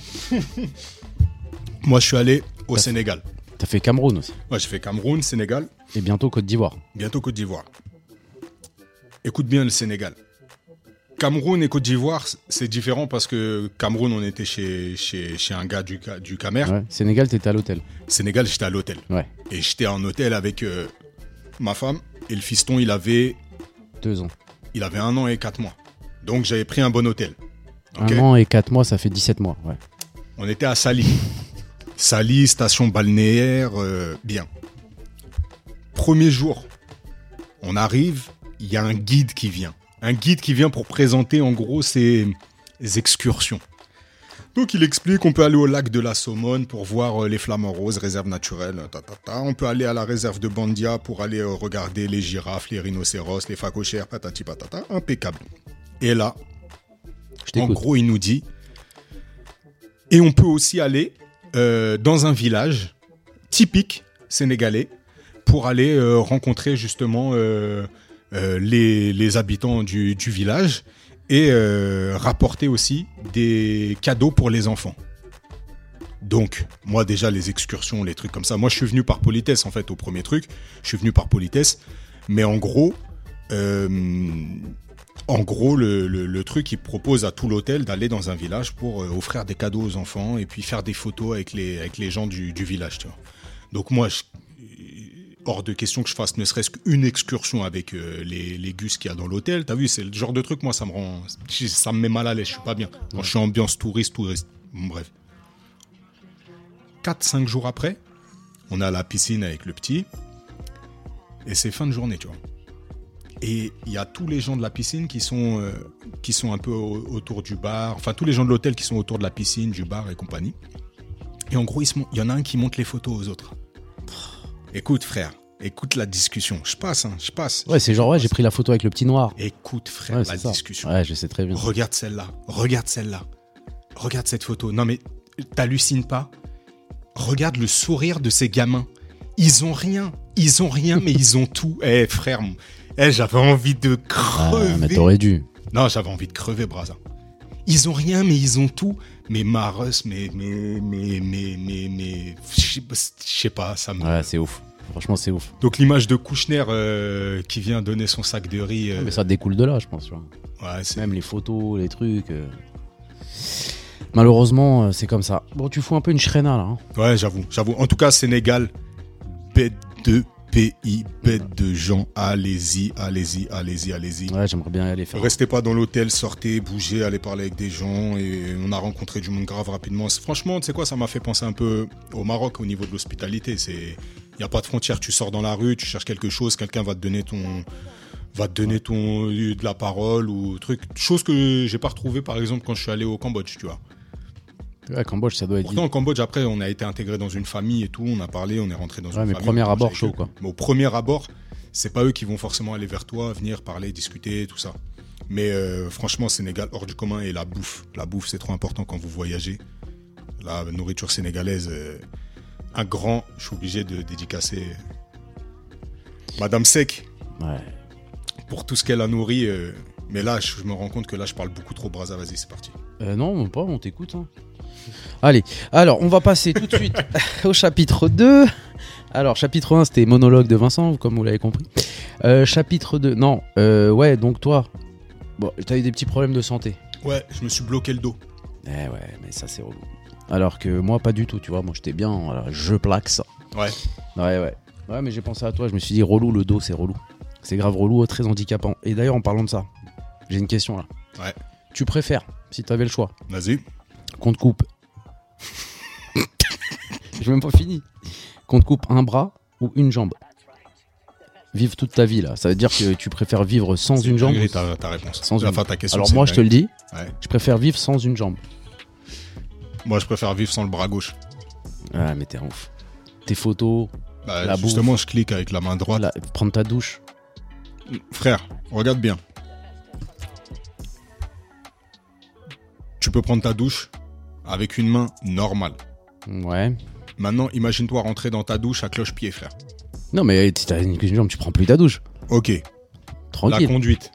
Speaker 2: Moi, je suis allé au Sénégal.
Speaker 3: t'as fait Cameroun aussi.
Speaker 2: Moi, j'ai fait Cameroun, Sénégal,
Speaker 3: Et bientôt Côte d'Ivoire.
Speaker 2: bientôt Côte d'Ivoire. Écoute bien le Sénégal. Cameroun et Côte d'Ivoire, c'est différent parce que Cameroun, on était chez, chez, chez un gars du, Ca- du Camer.
Speaker 3: Ouais. [LAUGHS] Sénégal, t'étais à l'hôtel.
Speaker 2: Sénégal, j'étais à l'hôtel.
Speaker 3: Ouais,
Speaker 2: Et j'étais en hôtel avec euh, ma femme. Et le fiston, il avait,
Speaker 3: deux ans.
Speaker 2: il avait un an et quatre mois. Donc j'avais pris un bon hôtel. Ok
Speaker 3: Un an et quatre mois, ça fait 17 mois. Ouais.
Speaker 2: On était à Sali. Sali, station balnéaire, euh, bien. Premier jour, on arrive, il y a un guide qui vient. Un guide qui vient pour présenter en gros ses excursions. Donc il explique qu'on peut aller au lac de la Saumone pour voir euh, les flamants roses, réserve naturelle, ta, ta, ta. on peut aller à la réserve de Bandia pour aller euh, regarder les girafes, les rhinocéros, les phacochères, patati patata, impeccable. Et là,
Speaker 3: Je
Speaker 2: en
Speaker 3: t'écoute.
Speaker 2: gros, il nous dit. Et on peut aussi aller euh, dans un village typique sénégalais pour aller euh, rencontrer justement euh, euh, les, les habitants du, du village et euh, rapporter aussi des cadeaux pour les enfants. Donc, moi déjà, les excursions, les trucs comme ça, moi je suis venu par politesse en fait au premier truc, je suis venu par politesse, mais en gros, euh, en gros, le, le- le truc, il propose à tout l'hôtel d'aller dans un village pour euh, offrir des cadeaux aux enfants et puis faire des photos avec les, avec les gens du, du village. tu vois. Donc moi, je- euh, hors de question que je fasse ne serait-ce qu'une excursion avec euh, les, les gus qu'il y a dans l'hôtel. T'as vu, c'est le genre de truc, moi, ça me rend, ça me met mal à l'aise. Je suis pas bien. Quand je suis ambiance touriste, touriste. Bon, bref. 4-5 jours après, on a la piscine avec le petit. Et c'est fin de journée, tu vois. Et il y a tous les gens de la piscine qui sont, euh, qui sont un peu au- autour du bar, enfin tous les gens de l'hôtel qui sont autour de la piscine, du bar et compagnie. Et en gros, ils se mon- il y en a un qui monte les photos aux autres. Écoute frère, écoute la discussion. Je passe, hein, je passe.
Speaker 3: Ouais, c'est genre, ouais, j'ai pris la photo avec le petit noir.
Speaker 2: Écoute frère
Speaker 3: Ouais,
Speaker 2: la
Speaker 3: c'est ça.
Speaker 2: discussion.
Speaker 3: Ouais, je sais très bien.
Speaker 2: Regarde celle-là, regarde celle-là, regarde cette photo. Non mais t'hallucines pas. Regarde le sourire de ces gamins. Ils ont rien, ils ont rien, mais ils ont tout. Eh frère, mon- eh, j'avais envie de
Speaker 3: Ah, mais
Speaker 2: crever.
Speaker 3: t'aurais dû.
Speaker 2: non, j'avais envie de crever, Braza. Ils ont rien, mais ils ont tout. Mais Marus, mais mais mais mais mais mais, je sais pas- je sais pas, ça me.
Speaker 3: Ouais, c'est ouf. Franchement, c'est ouf.
Speaker 2: Donc l'image de Kouchner euh, qui vient donner son sac de riz. euh,
Speaker 3: Ah, Mais ça découle de là, je pense. tu vois.
Speaker 2: ouais, c'est-
Speaker 3: Même les photos, les trucs. euh. Malheureusement, euh, c'est comme ça. Bon, tu fous un peu une shrena là. hein.
Speaker 2: Ouais, j'avoue, j'avoue. En tout cas, Sénégal, bête de pays, bête de gens. Allez-y, allez-y, allez-y, allez-y.
Speaker 3: Ouais, j'aimerais bien aller faire.
Speaker 2: Restez pas dans l'hôtel, sortez, bougez, allez parler avec des gens. Et on a rencontré du monde grave rapidement. C'est- Franchement, tu sais quoi, ça m'a fait penser un peu au Maroc au niveau de l'hospitalité. C'est, il y a pas de frontière. Tu sors dans la rue, tu cherches quelque chose, quelqu'un va te donner ton va te donner ton, de la parole ou truc. Chose que j'ai pas retrouvée par exemple quand je suis allé au Cambodge, tu vois.
Speaker 3: Ouais, Cambodge, ça doit être.
Speaker 2: Pourtant, au Cambodge, après, on a été intégré dans une famille et tout, on a parlé, on est rentré dans
Speaker 3: Ouais,
Speaker 2: une
Speaker 3: mais
Speaker 2: famille.
Speaker 3: premier
Speaker 2: on a
Speaker 3: abord,
Speaker 2: mangé
Speaker 3: chaud,
Speaker 2: avec eux.
Speaker 3: quoi.
Speaker 2: Mais au premier abord, c'est pas eux qui vont forcément aller vers toi, venir parler, discuter, tout ça. Mais euh, franchement, Sénégal hors du commun et la bouffe. La bouffe, c'est trop important quand vous voyagez. La nourriture sénégalaise, euh, un grand, je suis obligé de dédicacer euh, Madame Sec
Speaker 3: Ouais.
Speaker 2: pour tout ce qu'elle a nourri. euh, mais là, je je me rends compte que là, je parle beaucoup trop brasa. Vas-y, c'est parti.
Speaker 3: Euh, non, pas, on t'écoute. hein. Allez, alors on va passer [LAUGHS] tout de suite au chapitre 2. Alors, chapitre 1, c'était monologue de Vincent, comme vous l'avez compris. Euh, chapitre 2, non, euh, ouais, donc toi, bon, t'as eu des petits problèmes de santé.
Speaker 2: Ouais, je me suis bloqué le dos.
Speaker 3: Eh ouais, mais ça c'est relou. Alors que moi, pas du tout, tu vois, moi j'étais bien, alors, je plaque ça.
Speaker 2: Ouais.
Speaker 3: Ouais, ouais. Ouais, mais j'ai pensé à toi, je me suis dit, relou, le dos, c'est relou. C'est grave relou, très handicapant. Et d'ailleurs, en parlant de ça, j'ai une question là.
Speaker 2: Ouais.
Speaker 3: Tu préfères, si t'avais le choix,
Speaker 2: Vas-y.
Speaker 3: qu'on te coupe. [LAUGHS] J'ai même pas fini. Qu'on te coupe un bras ou une jambe. Vivre toute ta vie là. Ça veut dire que tu préfères vivre sans une jambe.
Speaker 2: Et ta, ta réponse.
Speaker 3: Sans
Speaker 2: la
Speaker 3: une-
Speaker 2: fin de ta question.
Speaker 3: Alors
Speaker 2: c'est
Speaker 3: moi je te
Speaker 2: dingue.
Speaker 3: le dis,
Speaker 2: Ouais.
Speaker 3: je préfère vivre sans une jambe.
Speaker 2: Moi, je préfère vivre sans le bras gauche.
Speaker 3: Ah mais t'es un ouf. Tes photos,
Speaker 2: Bah,
Speaker 3: La
Speaker 2: justement, je clique avec la main droite.
Speaker 3: la- prendre ta douche.
Speaker 2: Frère, regarde bien. Tu peux prendre ta douche avec une main normale.
Speaker 3: Ouais.
Speaker 2: Maintenant, imagine-toi rentrer dans ta douche à cloche-pied, frère.
Speaker 3: Non mais si t'as une, une jambe, tu prends plus ta douche.
Speaker 2: Ok, la
Speaker 3: Tranquille.
Speaker 2: conduite.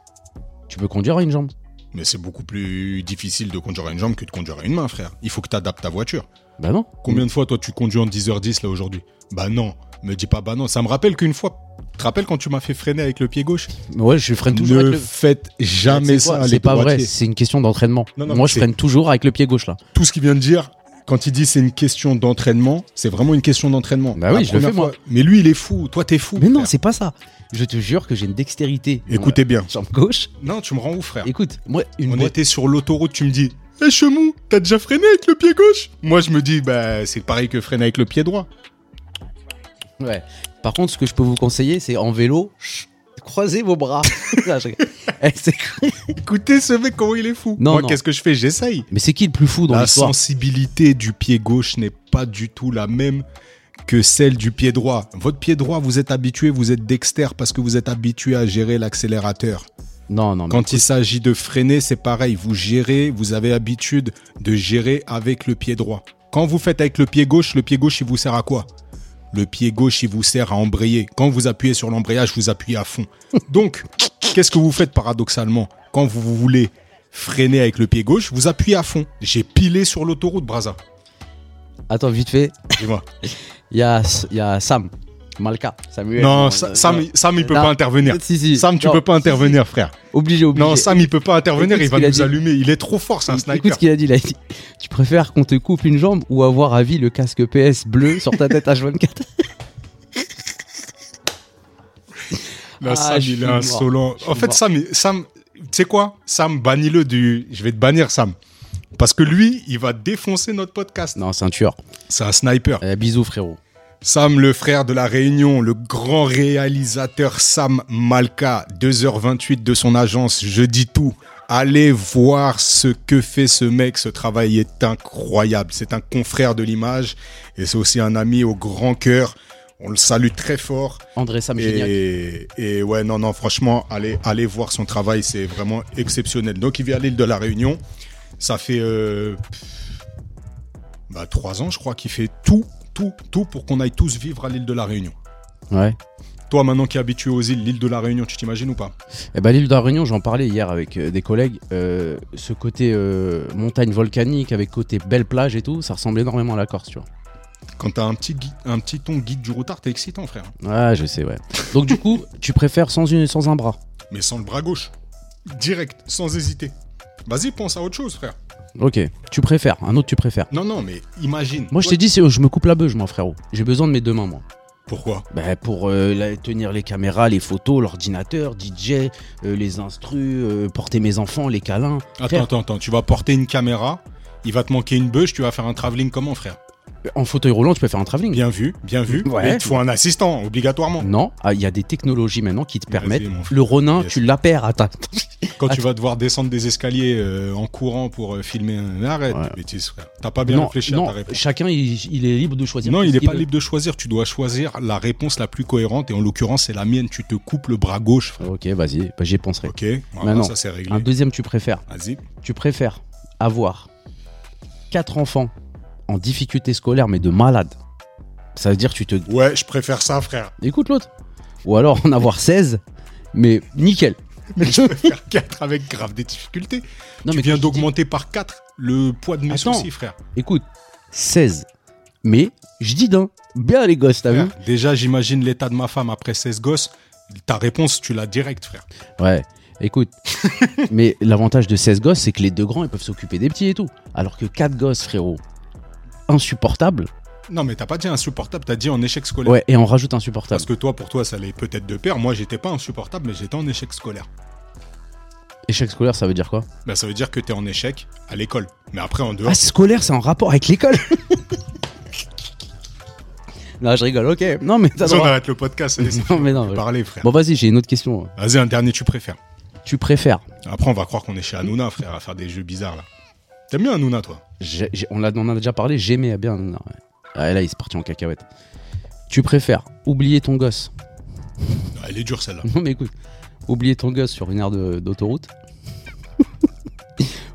Speaker 3: Tu peux conduire à une jambe.
Speaker 2: Mais c'est beaucoup plus difficile de conduire à une jambe que de conduire à une main, frère. Il faut que tu adaptes ta voiture.
Speaker 3: Bah non.
Speaker 2: Combien de fois, toi, tu conduis en 10h10 là aujourd'hui Bah non, me dis pas bah non. Ça me rappelle qu'une fois, tu te rappelles quand tu m'as fait freiner avec le pied gauche
Speaker 3: Mais Ouais, je freine toujours
Speaker 2: Ne
Speaker 3: avec le.
Speaker 2: faites jamais
Speaker 3: C'est quoi
Speaker 2: ça, les
Speaker 3: C'est pas vrai,
Speaker 2: droitiers.
Speaker 3: c'est une question d'entraînement.
Speaker 2: Non, non,
Speaker 3: Moi
Speaker 2: mais
Speaker 3: je
Speaker 2: c'est-
Speaker 3: freine toujours avec le pied gauche là.
Speaker 2: tout ce qu'il vient de dire, quand il dit c'est une question d'entraînement, c'est vraiment une question d'entraînement.
Speaker 3: Bah oui, je le
Speaker 2: première
Speaker 3: fais, moi.
Speaker 2: fois- Mais lui, il est fou. Toi, t'es fou.
Speaker 3: Mais non,
Speaker 2: frère.
Speaker 3: c'est pas ça. Je te jure que j'ai une dextérité. dans
Speaker 2: Écoutez bien.
Speaker 3: la Jambe gauche.
Speaker 2: Non, tu me rends ouf, frère.
Speaker 3: Écoute, moi, une
Speaker 2: On
Speaker 3: boîte.
Speaker 2: était sur l'autoroute, tu me dis Hé, Chemou, t'as déjà freiné avec le pied gauche Moi, je me dis Bah, c'est pareil que freiner avec le pied droit.
Speaker 3: Ouais. Par contre, ce que je peux vous conseiller, c'est en vélo, chut, croisez vos
Speaker 2: [LAUGHS]
Speaker 3: bras. Non, je rigole. Eh, c'est-
Speaker 2: Écoutez ce mec, comment il est fou.
Speaker 3: Non,
Speaker 2: moi,
Speaker 3: non.
Speaker 2: qu'est-ce que je fais J'essaye.
Speaker 3: Mais c'est qui le plus fou dans
Speaker 2: La
Speaker 3: l'histoire
Speaker 2: sensibilité du pied gauche n'est pas du tout la même que celle du pied droit. Votre pied droit, vous êtes habitué, vous êtes dextère parce que vous êtes habitué à gérer l'accélérateur.
Speaker 3: Non, non, mais
Speaker 2: Quand il s'agit de freiner, c'est pareil. Vous gérez, vous avez l'habitude de gérer avec le pied droit. Quand vous faites avec le pied gauche, le pied gauche, il vous sert à quoi Le pied gauche, il vous sert à embrayer. Quand vous appuyez sur l'embrayage, vous appuyez à fond. Donc, qu'est-ce que vous faites paradoxalement Quand vous vous voulez freiner avec le pied gauche, vous appuyez à fond. J'ai pilé sur l'autoroute, Braza.
Speaker 3: attends, vite fait,
Speaker 2: Dis-moi.
Speaker 3: il y a, il y a Sam, Malka, Samuel.
Speaker 2: Non,
Speaker 3: euh,
Speaker 2: Sa-
Speaker 3: euh,
Speaker 2: Sam, il- Sam, il peut
Speaker 3: Non.
Speaker 2: pas intervenir.
Speaker 3: Si, si.
Speaker 2: Sam, tu
Speaker 3: Non,
Speaker 2: peux pas
Speaker 3: si, si.
Speaker 2: intervenir, frère.
Speaker 3: Obligé, obligé.
Speaker 2: Non, Sam, il peut pas intervenir.
Speaker 3: Écoute
Speaker 2: Il
Speaker 3: ce
Speaker 2: va
Speaker 3: qu'il a
Speaker 2: nous
Speaker 3: dit.
Speaker 2: allumer. Il est trop fort, c'est un sniper.
Speaker 3: Écoute ce qu'il a dit, il a dit. Tu préfères qu'on te coupe une jambe ou avoir à vie le casque PS bleu sur ta
Speaker 2: [LAUGHS]
Speaker 3: tête H24
Speaker 2: Là,
Speaker 3: Ah,
Speaker 2: Sam,
Speaker 3: je
Speaker 2: il
Speaker 3: suis
Speaker 2: est
Speaker 3: mort.
Speaker 2: insolent.
Speaker 3: Je suis
Speaker 2: En fait,
Speaker 3: mort.
Speaker 2: Sam, il- Sam tu sais quoi Sam, bannis-le du. Je vais te bannir, Sam. Parce que lui, il va défoncer notre podcast.
Speaker 3: Non, c'est un tueur.
Speaker 2: C'est un sniper.
Speaker 3: Euh, bisous, frérot.
Speaker 2: Sam, le frère de La Réunion, le grand réalisateur Sam Malka, 2h28 de son agence, je dis tout. Allez voir ce que fait ce mec, ce travail est incroyable. C'est un confrère de l'image et c'est aussi un ami au grand cœur. On le salue très fort.
Speaker 3: André Sam, génial.
Speaker 2: Et, et ouais, non, non, franchement, allez, allez voir son travail, c'est vraiment exceptionnel. Donc, il vit à l'île de la Réunion. Ça fait euh, bah, trois ans, je crois, qu'il fait tout, tout, tout pour qu'on aille tous vivre à l'île de la Réunion.
Speaker 3: Ouais.
Speaker 2: Toi, maintenant qui es habitué aux îles, l'île de la Réunion, tu t'imagines ou pas
Speaker 3: Eh ben, l'île de la Réunion, j'en parlais hier avec euh, des collègues. euh, ce côté euh, montagne volcanique, avec côté belle plage et tout, ça ressemble énormément à la Corse, tu vois.
Speaker 2: Quand t'as un petit, gui- un petit ton guide du routard, t'es excitant, frère.
Speaker 3: Ouais, Ah, je sais, ouais. Donc, du coup, tu préfères sans, une, sans un bras.
Speaker 2: Mais sans le bras gauche. Direct, sans hésiter. Vas-y, pense à autre chose, frère.
Speaker 3: Ok. Tu préfères, un autre tu préfères.
Speaker 2: Non, non, mais imagine.
Speaker 3: Moi, je t'ai dit, c'est, je me coupe la beuge, moi, frérot. J'ai besoin de mes deux mains, moi.
Speaker 2: Pourquoi
Speaker 3: Bah, pour euh, la- tenir les caméras, les photos, l'ordinateur, DJ, euh, les instrus, euh, porter mes enfants, les câlins.
Speaker 2: Attends,
Speaker 3: Frère.
Speaker 2: attends, attends. Tu vas porter une caméra, il va te manquer une bûche, tu vas faire un travelling comment, frère
Speaker 3: Euh, En fauteuil roulant, tu peux faire un travelling.
Speaker 2: Bien vu, bien vu.
Speaker 3: Ouais.
Speaker 2: Mais il te faut un assistant, obligatoirement.
Speaker 3: Non, ah, il y a des technologies maintenant qui te
Speaker 2: Vas-y,
Speaker 3: permettent.
Speaker 2: mon frère.
Speaker 3: Le Ronin,
Speaker 2: Yes.
Speaker 3: tu l'appaires à ta.
Speaker 2: Quand tu vas devoir descendre des escaliers euh, en courant pour euh, filmer un arrête,
Speaker 3: Ouais.
Speaker 2: bêtise. frère. T'as pas bien
Speaker 3: non,
Speaker 2: réfléchi
Speaker 3: non,
Speaker 2: à ta réponse.
Speaker 3: chacun il, il est libre de choisir.
Speaker 2: Non, il
Speaker 3: est
Speaker 2: n'est pas libre de choisir. Tu dois choisir la réponse la plus cohérente. Et en l'occurrence, c'est la mienne. Tu te coupes le bras gauche, frère.
Speaker 3: Ok, vas-y, bah, j'y penserai.
Speaker 2: Ok Voilà,
Speaker 3: Maintenant,
Speaker 2: Ça, c'est réglé.
Speaker 3: Un deuxième, tu préfères.
Speaker 2: Vas-y.
Speaker 3: Tu préfères avoir quatre enfants en difficulté scolaire mais de malade. Ça veut dire tu te.
Speaker 2: Ouais, je préfère ça, frère. [LAUGHS]
Speaker 3: Écoute l'autre. Ou alors en avoir 16 mais
Speaker 2: [LAUGHS]
Speaker 3: nickel.
Speaker 2: Faire 4 avec grave des difficultés.
Speaker 3: Non
Speaker 2: tu viens
Speaker 3: mais quand je dis-
Speaker 2: d'augmenter par 4 le poids de mes
Speaker 3: Attends.
Speaker 2: soucis, frère.
Speaker 3: Écoute, 16 mais je dis d'un. Bien les gosses, t'as vu
Speaker 2: Frère, Déjà, j'imagine l'état de ma femme après 16 gosses. Ta réponse, tu l'as direct, frère.
Speaker 3: Ouais, [LAUGHS] écoute. mais l'avantage de 16 gosses, c'est que les deux grands, ils peuvent s'occuper des petits et tout. Alors que 4 gosses, frérot, insupportable.
Speaker 2: Non, mais t'as pas dit insupportable, t'as dit en échec scolaire.
Speaker 3: Ouais, et on rajoute insupportable.
Speaker 2: Parce que toi, pour toi, ça allait peut-être de pair. Moi, j'étais pas insupportable, mais j'étais en échec scolaire.
Speaker 3: Échec scolaire, ça veut dire quoi
Speaker 2: Bah, ça veut dire que t'es en échec à l'école. Mais après, en dehors,
Speaker 3: Ah, scolaire, c'est en rapport avec l'école [LAUGHS] Non, je rigole, ok. Non, mais t'as
Speaker 2: Ça, on
Speaker 3: droit.
Speaker 2: arrête le podcast. allez, c'est
Speaker 3: [LAUGHS] Non, mais non.
Speaker 2: fait
Speaker 3: ouais.
Speaker 2: Parler, frère.
Speaker 3: Bon, vas-y, j'ai une autre question.
Speaker 2: Vas-y, un dernier, tu préfères.
Speaker 3: Tu préfères
Speaker 2: Après, on va croire qu'on est chez Hanouna, frère, à faire des jeux bizarres, là. T'aimes bien Hanouna, toi
Speaker 3: j'ai- j'ai- on, l'a- on en a déjà parlé, j'aimais bien. non, ouais. Ah, là, il est parti en cacahuète. Tu préfères oublier ton gosse
Speaker 2: Ah, Elle est dure, celle-là.
Speaker 3: [LAUGHS] Non mais écoute, oublier ton gosse sur une aire de- d'autoroute. [LAUGHS]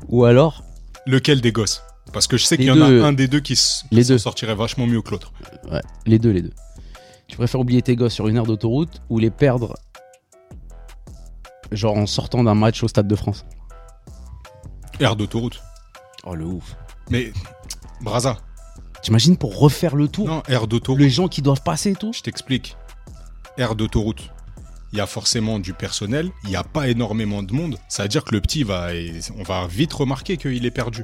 Speaker 3: Ou alors,
Speaker 2: Lequel des gosses Parce que je sais
Speaker 3: Les
Speaker 2: qu'il y en
Speaker 3: deux.
Speaker 2: a un des deux qui s-
Speaker 3: Les
Speaker 2: qui s'en
Speaker 3: deux.
Speaker 2: sortirait vachement mieux que l'autre.
Speaker 3: ouais, les deux, les deux. Tu préfères oublier tes gosses sur une aire d'autoroute ou les perdre genre en sortant d'un match au Stade de France
Speaker 2: Air d'autoroute.
Speaker 3: Oh le ouf.
Speaker 2: Mais, Braza,
Speaker 3: T'imagines pour refaire le tour,
Speaker 2: non, air d'autoroute.
Speaker 3: les gens qui doivent passer et tout
Speaker 2: Je t'explique. Aire d'autoroute, il y a forcément du personnel, il n'y a pas énormément de monde. Ça veut dire que le petit va. et On va vite remarquer qu'il est perdu.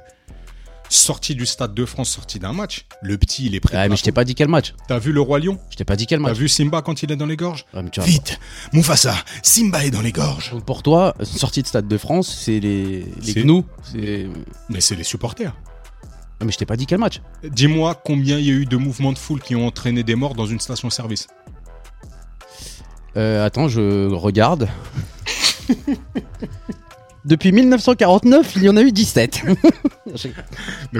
Speaker 2: Sorti du Stade de France, sorti d'un match, le petit il est prêt.
Speaker 3: Ouais mais je t'ai pas dit quel match.
Speaker 2: T'as vu le Roi Lion
Speaker 3: Je t'ai pas dit quel
Speaker 2: T'as
Speaker 3: match.
Speaker 2: vu Simba quand il est dans les gorges
Speaker 3: Ouais, Ah, mais tu vas-
Speaker 2: Vite Mufasa Simba est dans les gorges
Speaker 3: Donc pour toi, sortie de Stade de France, c'est les, les
Speaker 2: C'est-
Speaker 3: gnous. c'est- Ouais,
Speaker 2: Mais c'est les supporters.
Speaker 3: Mais je t'ai pas dit quel match.
Speaker 2: Dis-moi combien il y a eu de mouvements de foule qui ont entraîné des morts dans une station-service
Speaker 3: Euh, attends, je regarde. Depuis 1949, il y en a eu [LAUGHS] 17.
Speaker 2: Donc
Speaker 3: Non,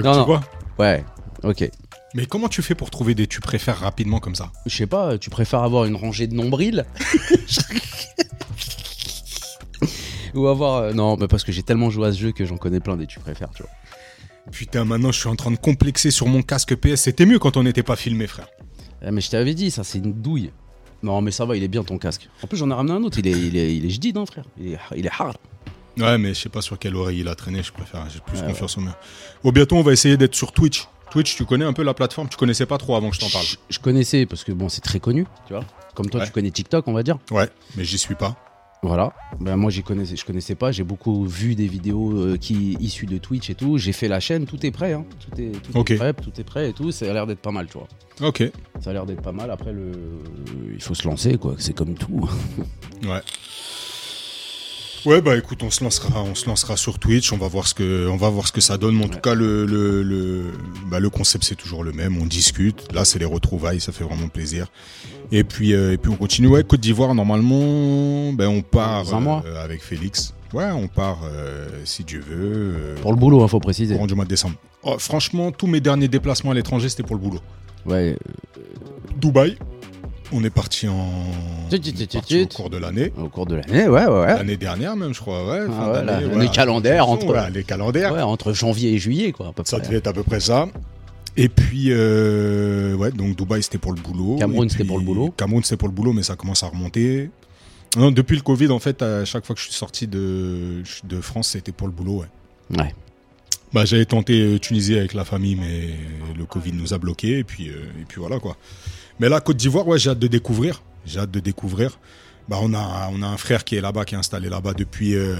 Speaker 2: tu
Speaker 3: non.
Speaker 2: vois
Speaker 3: ouais, ok.
Speaker 2: Mais comment tu fais pour trouver des tu préfères rapidement comme ça
Speaker 3: Je sais pas, tu préfères avoir une rangée de nombrils [LAUGHS] Ou avoir. euh, non, mais parce que j'ai tellement joué à ce jeu que j'en connais plein des tu préfères, tu vois.
Speaker 2: Putain, maintenant je suis en train de complexer sur mon casque PS. C'était mieux quand on n'était pas filmé, frère.
Speaker 3: Ah, mais je t'avais dit, ça c'est une douille. Non, mais ça va, il est bien ton casque. En plus, j'en ai ramené un autre, il est, il est, il est jdid, hein, frère. Il est, il est hard.
Speaker 2: Ouais, mais je sais pas sur quelle oreille il a traîné, je préfère, j'ai plus confiance au mien. Au bientôt, on va essayer d'être sur Twitch. Twitch, tu connais un peu la plateforme, tu connaissais pas trop avant que je t'en parle.
Speaker 3: Je, je connaissais parce que bon, c'est très connu, tu vois. Comme toi,
Speaker 2: Ouais.
Speaker 3: tu connais TikTok, on va dire.
Speaker 2: Ouais, mais j'y suis pas.
Speaker 3: Voilà. Ben moi, j'y connaissais, je connaissais pas. J'ai beaucoup vu des vidéos euh, qui issues de Twitch et tout. J'ai fait la chaîne. Tout est prêt. hein. Tout est, tout
Speaker 2: Ok.
Speaker 3: est prêt. Tout est prêt et tout. Ça a l'air d'être pas mal, tu vois.
Speaker 2: Ok,
Speaker 3: Ça a l'air d'être pas mal. Après, le, euh, il faut se lancer, quoi. C'est comme tout. [LAUGHS]
Speaker 2: ouais. Ouais, bah écoute, on se lancera, on se lancera sur Twitch, on va voir ce que, on va voir ce que ça donne. Mais en tout cas, le, le, le, bah, le concept c'est toujours le même, on discute. Là, c'est les retrouvailles, ça fait vraiment plaisir. Et puis, euh, et puis on continue. Ouais, Côte d'Ivoire, normalement, ben on part
Speaker 3: Dans un mois.
Speaker 2: euh, avec Félix. Ouais, on part euh, si Dieu veut. euh,
Speaker 3: Pour le boulot, hein, faut préciser.
Speaker 2: courant du mois de décembre. Oh, franchement, tous mes derniers déplacements à l'étranger, c'était pour le boulot.
Speaker 3: Ouais.
Speaker 2: Dubaï, on est parti en
Speaker 3: Tut, tut,
Speaker 2: on est
Speaker 3: tut,
Speaker 2: parti
Speaker 3: tut.
Speaker 2: au cours de l'année.
Speaker 3: Au cours de l'année, ouais, ouais, ouais.
Speaker 2: L'année dernière même, je crois. Ouais,
Speaker 3: Ah
Speaker 2: fin
Speaker 3: ouais,
Speaker 2: d'année,
Speaker 3: la-
Speaker 2: voilà.
Speaker 3: l'année calendaire, entre-
Speaker 2: Voilà, les calendaires.
Speaker 3: Ouais, entre janvier et juillet, quoi. à peu
Speaker 2: Ça
Speaker 3: près.
Speaker 2: devait être à peu près ça. Et puis, euh, ouais, donc Dubaï, c'était pour le boulot.
Speaker 3: Cameroun,
Speaker 2: Et
Speaker 3: c'était
Speaker 2: puis,
Speaker 3: pour le boulot.
Speaker 2: Cameroun, c'était pour le boulot, mais ça commence à remonter. Non, depuis le Covid, en fait, à chaque fois que je suis sorti de, de France, c'était pour le boulot. Ouais.
Speaker 3: Ouais.
Speaker 2: Bah, j'avais tenté euh, Tunisie avec la famille, mais euh, le Covid nous a bloqués. Et puis, euh, et puis voilà quoi. Mais là, Côte d'Ivoire, ouais, j'ai hâte de découvrir. J'ai hâte de découvrir. Bah, on a, on a un frère qui est là-bas, qui est installé là-bas depuis. euh,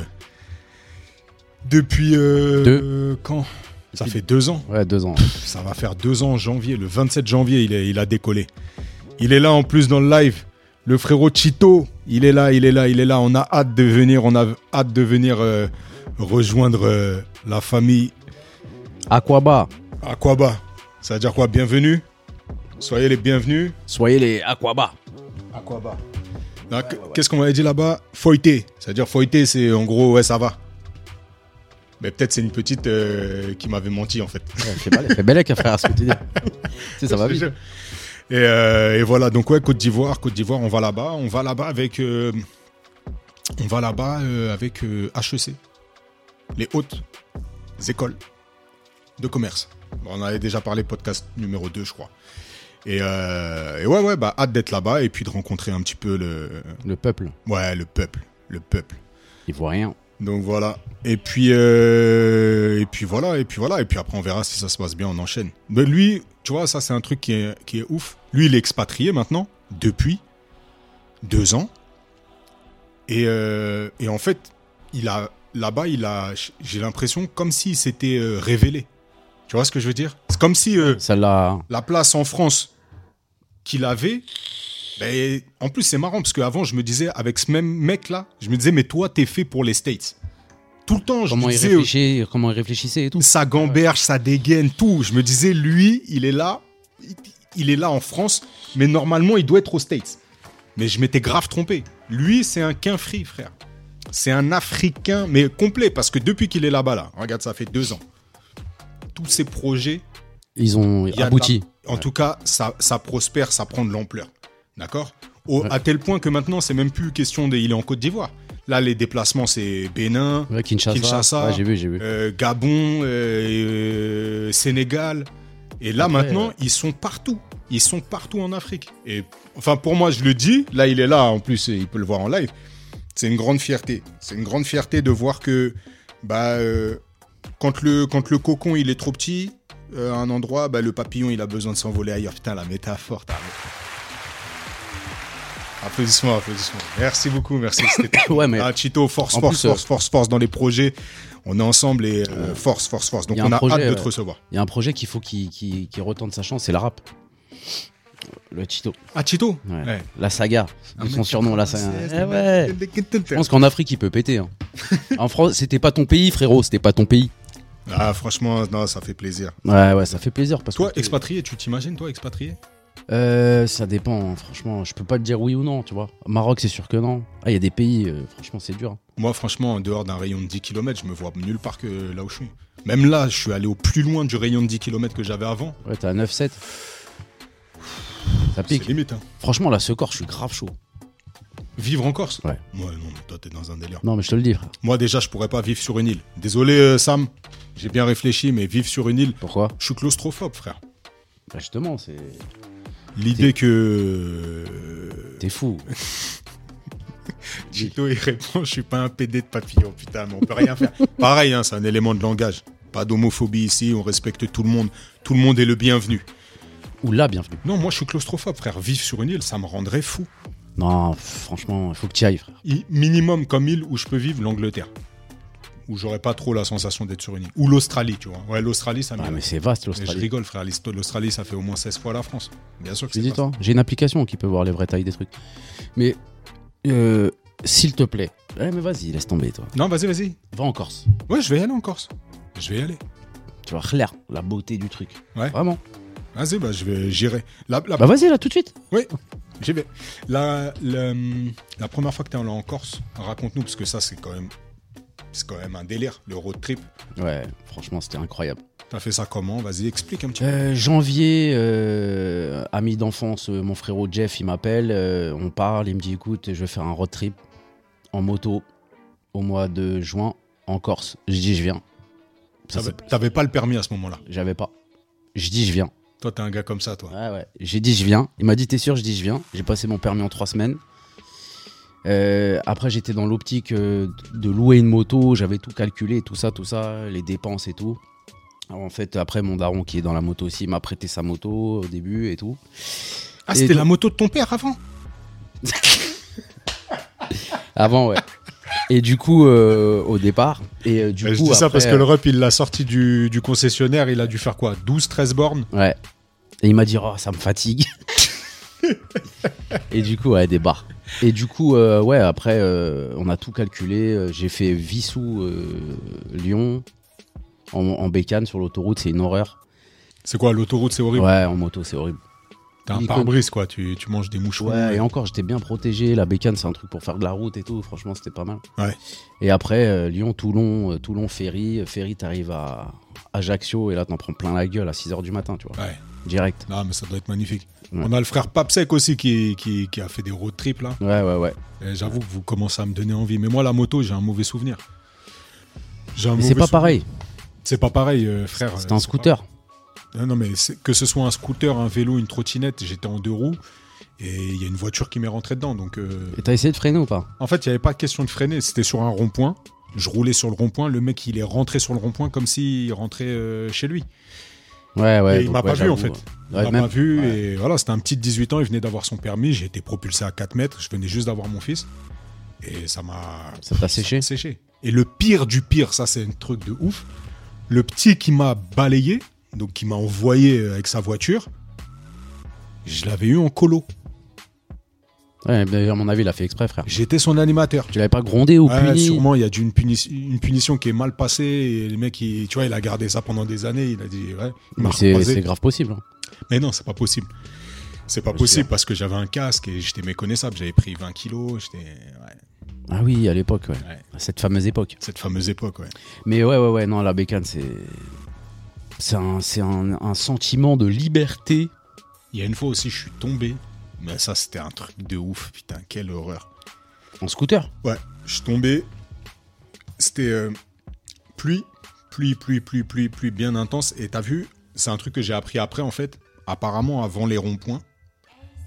Speaker 2: depuis. euh,
Speaker 3: Deux.
Speaker 2: euh, quand Ça
Speaker 3: Depuis-
Speaker 2: fait deux ans.
Speaker 3: Ouais, deux ans.
Speaker 2: Ça va faire deux ans en janvier. Le 27 janvier, il, est- il a décollé. Il est là en plus dans le live. Le frérot Chito, il est là, il est là, il est là. On a hâte de venir. On a hâte de venir euh, rejoindre euh, la famille
Speaker 3: Aquaba.
Speaker 2: Aquaba. Ça veut dire quoi Bienvenue Soyez les bienvenus.
Speaker 3: Soyez les Aquaba.
Speaker 2: Aquaba. Qu'est-ce qu'on m'avait dit là-bas Foité. C'est-à-dire foité, c'est en gros, ouais, ça va. Mais peut-être c'est une petite euh, qui m'avait menti en fait.
Speaker 3: Ouais, je sais pas, [LAUGHS] c'est belle frère, ce
Speaker 2: [LAUGHS]
Speaker 3: que tu dis. Tu sais, ça va vite.
Speaker 2: Et, euh, et, voilà, donc ouais, Côte d'Ivoire, Côte d'Ivoire, on va là-bas. On va là-bas avec, euh, on va là-bas euh, avec HEC, les hautes écoles de commerce. Bon, on avait déjà parlé podcast numéro 2, je crois. Et, euh, et, ouais, ouais, bah, hâte d'être là-bas et puis de rencontrer un petit peu le.
Speaker 3: Le peuple.
Speaker 2: Ouais, le peuple. Le peuple.
Speaker 3: Il voit rien.
Speaker 2: Donc voilà. Et puis, euh, et puis voilà, et puis voilà. Et puis après, on verra si ça se passe bien, on enchaîne. Mais lui, tu vois, ça, c'est un truc qui est, qui est ouf. Lui, il est expatrié maintenant, depuis deux ans. Et, euh, et en fait, il a là-bas, il a, j'ai l'impression comme s'il s'était euh, révélé. Tu vois ce que je veux dire C'est comme si euh,
Speaker 3: Ça la
Speaker 2: place en France qu'il avait. Ben, en plus, c'est marrant parce qu'avant, je me disais, avec ce même mec-là, je me disais, mais toi, t'es fait pour les States. Tout le temps, je
Speaker 3: comment
Speaker 2: me
Speaker 3: il
Speaker 2: disais.
Speaker 3: Réfléchit, euh, comment il réfléchissait et tout.
Speaker 2: Ça gamberge, ça dégaine, tout. Je me disais, lui, il est là. Il est là en France, mais normalement, il doit être aux States. Mais je m'étais grave trompé. Lui, c'est un quin free, frère. C'est un Africain, mais complet, parce que depuis qu'il est là-bas, là, regarde, ça fait deux ans tous ces projets.
Speaker 3: Ils ont il abouti.
Speaker 2: La... En ouais. tout cas, ça, ça, prospère, ça prend de l'ampleur. D'accord ouais. À tel point que maintenant, c'est même plus question de. Il est en Côte d'Ivoire. Là, les déplacements, c'est Bénin,
Speaker 3: ouais, Kinshasa,
Speaker 2: Kinshasa
Speaker 3: vu, vu.
Speaker 2: Euh, Gabon, euh, euh, Sénégal. Et là, Après, maintenant, ils sont partout. Ils sont partout en Afrique. Et enfin, pour moi, je le dis. Là, il est là. En plus, il peut le voir en live. C'est une grande fierté. C'est une grande fierté de voir que. Bah, quand le, quand le cocon il est trop petit, euh, à un endroit, bah, le papillon il a besoin de s'envoler ailleurs. Putain, la métaphore, t'as. Applaudissements, applaudissements. Merci beaucoup, merci.
Speaker 3: ouais, mais
Speaker 2: ah, Chito, force, force, plus, force, euh... force, force dans les projets. On est ensemble et euh, force, force, force. Donc
Speaker 3: y a
Speaker 2: on a
Speaker 3: projet,
Speaker 2: hâte de te recevoir.
Speaker 3: Il y a un projet qu'il faut qu'il qui, qui retente sa chance, c'est le rap. Le Chito.
Speaker 2: Ah, Chito
Speaker 3: ouais. Ouais. La saga. Ah, son surnom, la saga. Eh ouais. Je pense qu'en Afrique, il peut péter.
Speaker 2: [LAUGHS]
Speaker 3: Hein. en France, c'était pas ton pays, frérot, c'était pas ton pays.
Speaker 2: Ah, franchement, non, ça fait plaisir.
Speaker 3: Ouais, ouais, ça fait plaisir. Parce
Speaker 2: toi,
Speaker 3: que
Speaker 2: expatrié, tu t'imagines, toi, expatrié
Speaker 3: euh, ça dépend, franchement, je peux pas te dire oui ou non, tu vois. Maroc, c'est sûr que non. Ah, il y a des pays, euh, franchement, c'est dur.
Speaker 2: Moi, franchement, en dehors d'un rayon de 10 km, je me vois nulle part que là où je suis. Même là, je suis allé au plus loin du rayon de 10 km que j'avais avant.
Speaker 3: Ouais, t'es à 9,7. Ça pique.
Speaker 2: Limite, hein.
Speaker 3: Franchement, là, ce corps, je suis grave chaud.
Speaker 2: Vivre en Corse
Speaker 3: Ouais.
Speaker 2: Ouais, non, mais toi, t'es dans un délire.
Speaker 3: Non, mais je te le dis, frère.
Speaker 2: Moi, déjà, je pourrais pas vivre sur une île. Désolé, euh, Sam, j'ai bien réfléchi, mais vivre sur une île.
Speaker 3: Pourquoi
Speaker 2: Je suis claustrophobe, frère.
Speaker 3: Bah, justement, c'est.
Speaker 2: L'idée que.
Speaker 3: T'es fou.
Speaker 2: Gito, il répond Je suis pas un PD de papillon, putain, mais on peut rien
Speaker 3: [LAUGHS]
Speaker 2: faire. Pareil, hein, c'est un élément de langage. Pas d'homophobie ici, on respecte tout le monde. Tout le monde est le bienvenu.
Speaker 3: Ou la bienvenue.
Speaker 2: Non, moi, je suis claustrophobe, frère. Vivre sur une île, ça me rendrait fou.
Speaker 3: Non, franchement, il faut que tu ailles, frère.
Speaker 2: I minimum comme île où je peux vivre, l'Angleterre. Où j'aurais pas trop la sensation d'être sur une île. Ou l'Australie, tu vois. Ouais, l'Australie, ça me.
Speaker 3: Ah, mais c'est vaste, l'Australie.
Speaker 2: Je rigole, frère. L'Australie, ça fait au moins 16 fois la France. Bien sûr que c'est.
Speaker 3: Dis-toi, j'ai une application qui peut voir les vraies tailles des trucs. Mais, euh, s'il te plaît. Ouais, mais vas-y, laisse tomber, toi.
Speaker 2: Non, vas-y, vas-y.
Speaker 3: Va en Corse.
Speaker 2: Ouais, je vais y aller en Corse. Je vais y aller.
Speaker 3: Tu vois, clair, la beauté du truc.
Speaker 2: Ouais.
Speaker 3: Vraiment.
Speaker 2: Vas-y, bah, je vais, j'irai.
Speaker 3: La, la... Bah, vas-y, là, tout de suite.
Speaker 2: Oui. J'y vais. La, la, la, première fois que tu es allé en Corse, raconte-nous, parce que ça, c'est quand même c'est quand même un délire, le road trip.
Speaker 3: Ouais, franchement, c'était incroyable.
Speaker 2: T'as fait ça comment Vas-y, explique un petit peu.
Speaker 3: Euh, janvier, euh, ami d'enfance, euh, mon frérot Jeff, il m'appelle, euh, on parle, il me dit écoute, je vais faire un road trip en moto au mois de juin en Corse. Je dis je viens.
Speaker 2: Ah T'avais pas le permis à ce moment-là
Speaker 3: J'avais pas. Je dis je viens.
Speaker 2: Toi, t'es un gars comme ça, toi.
Speaker 3: Ouais, ouais. J'ai dit, je viens. Il m'a dit, t'es sûr, je dis, je viens. J'ai passé mon permis en trois semaines. Euh, après, j'étais dans l'optique euh, de louer une moto. J'avais tout calculé, tout ça, tout ça, les dépenses et tout. Alors, en fait, après, mon daron qui est dans la moto aussi m'a prêté sa moto au début et tout.
Speaker 2: Ah, c'était donc... la moto de ton père avant [LAUGHS]
Speaker 3: Avant, ouais. Et du coup, euh, au départ. Et euh, du
Speaker 2: je
Speaker 3: coup,
Speaker 2: dis ça
Speaker 3: après,
Speaker 2: parce que le rep, il l'a sorti du, du, concessionnaire, il a dû faire quoi 12, 13 bornes
Speaker 3: Ouais. Et il m'a dit, oh, ça
Speaker 2: [LAUGHS]
Speaker 3: me fatigue. et du coup, ouais, des barres. Et du coup, euh, ouais, après, euh, on a tout calculé. Euh, J'ai fait euh, Vissou, Lyon, en, en bécane sur l'autoroute, c'est une horreur.
Speaker 2: C'est quoi, l'autoroute, c'est horrible
Speaker 3: Ouais, en moto, c'est horrible.
Speaker 2: T'as un
Speaker 3: il
Speaker 2: pare-brise, quoi. Tu, tu manges des mouchons.
Speaker 3: Ouais, et encore, j'étais bien protégé. La bécane, c'est un truc pour faire de la route et tout. Franchement, c'était pas mal.
Speaker 2: Ouais.
Speaker 3: Et après, euh, Lyon, Toulon, euh, Toulon, Ferry. Euh, Ferry, t'arrives à Ajaccio et là, t'en prends plein la gueule à 6h du matin, tu vois.
Speaker 2: Ouais.
Speaker 3: Direct.
Speaker 2: Non, mais ça doit être magnifique.
Speaker 3: Ouais.
Speaker 2: On a le frère Papsek aussi qui, qui, qui a fait des road trips, là.
Speaker 3: Ouais, ouais, ouais.
Speaker 2: Et J'avoue que vous commencez à me donner envie. Mais moi, la moto, j'ai un mauvais souvenir. J'ai un
Speaker 3: Mais c'est
Speaker 2: mauvais
Speaker 3: pas
Speaker 2: sou-
Speaker 3: pareil.
Speaker 2: C'est pas pareil, euh, frère.
Speaker 3: C'était un scooter.
Speaker 2: Non, non, mais c'est- que ce soit un scooter, un vélo, une trottinette, j'étais en deux roues et il y a une voiture qui m'est rentrée dedans. Donc, euh,
Speaker 3: Et t'as essayé de freiner ou pas
Speaker 2: en fait, il n'y avait pas question de freiner. C'était sur un rond-point. Je roulais sur le rond-point. Le mec, il est rentré sur le rond-point comme s'il rentrait euh, chez lui.
Speaker 3: Ouais, ouais.
Speaker 2: et il
Speaker 3: donc,
Speaker 2: m'a
Speaker 3: ouais,
Speaker 2: pas vu, en
Speaker 3: j'avoue.
Speaker 2: fait. Il
Speaker 3: Ouais,
Speaker 2: m'a
Speaker 3: même-
Speaker 2: pas vu.
Speaker 3: ouais.
Speaker 2: Et voilà, c'était un petit de 18 ans. Il venait d'avoir son permis. J'ai été propulsé à 4 mètres. Je venais juste d'avoir mon fils. Et ça m'a
Speaker 3: Ça t'a séché
Speaker 2: séché. Et le pire du pire, ça c'est un truc de ouf. Le petit qui m'a balayé, donc qui m'a envoyé euh, avec sa voiture, je l'avais eu en colo.
Speaker 3: Ouais, d'ailleurs, à mon avis, il a fait exprès, frère.
Speaker 2: J'étais son animateur.
Speaker 3: Tu l'avais pas grondé ou
Speaker 2: Ouais,
Speaker 3: puni
Speaker 2: sûrement, il y a dû une, puni- une punition qui est mal passée. Et le mec, il, tu vois, il a gardé ça pendant des années. Il a dit, ouais, il m'a
Speaker 3: Mais c'est-
Speaker 2: recroisé.
Speaker 3: C'est grave possible. hein.
Speaker 2: Mais non, c'est pas possible. C'est pas
Speaker 3: Bien
Speaker 2: possible
Speaker 3: sûr.
Speaker 2: parce que j'avais un casque et j'étais méconnaissable. J'avais pris 20 kilos. J'étais. ouais,
Speaker 3: Ah oui, à l'époque, ouais.
Speaker 2: ouais.
Speaker 3: À Cette fameuse époque.
Speaker 2: Cette fameuse époque, ouais.
Speaker 3: Mais ouais, ouais, ouais, non, la bécane, c'est. C'est un, c'est un, un sentiment de liberté.
Speaker 2: Il y a une fois aussi, je suis tombé. Mais ça, c'était un truc de ouf. Putain, quelle horreur.
Speaker 3: En scooter
Speaker 2: Ouais, je suis tombé. C'était euh, pluie, pluie, pluie, pluie, pluie, pluie bien intense. Et t'as vu, c'est un truc que j'ai appris après en fait. Apparemment, avant les ronds-points,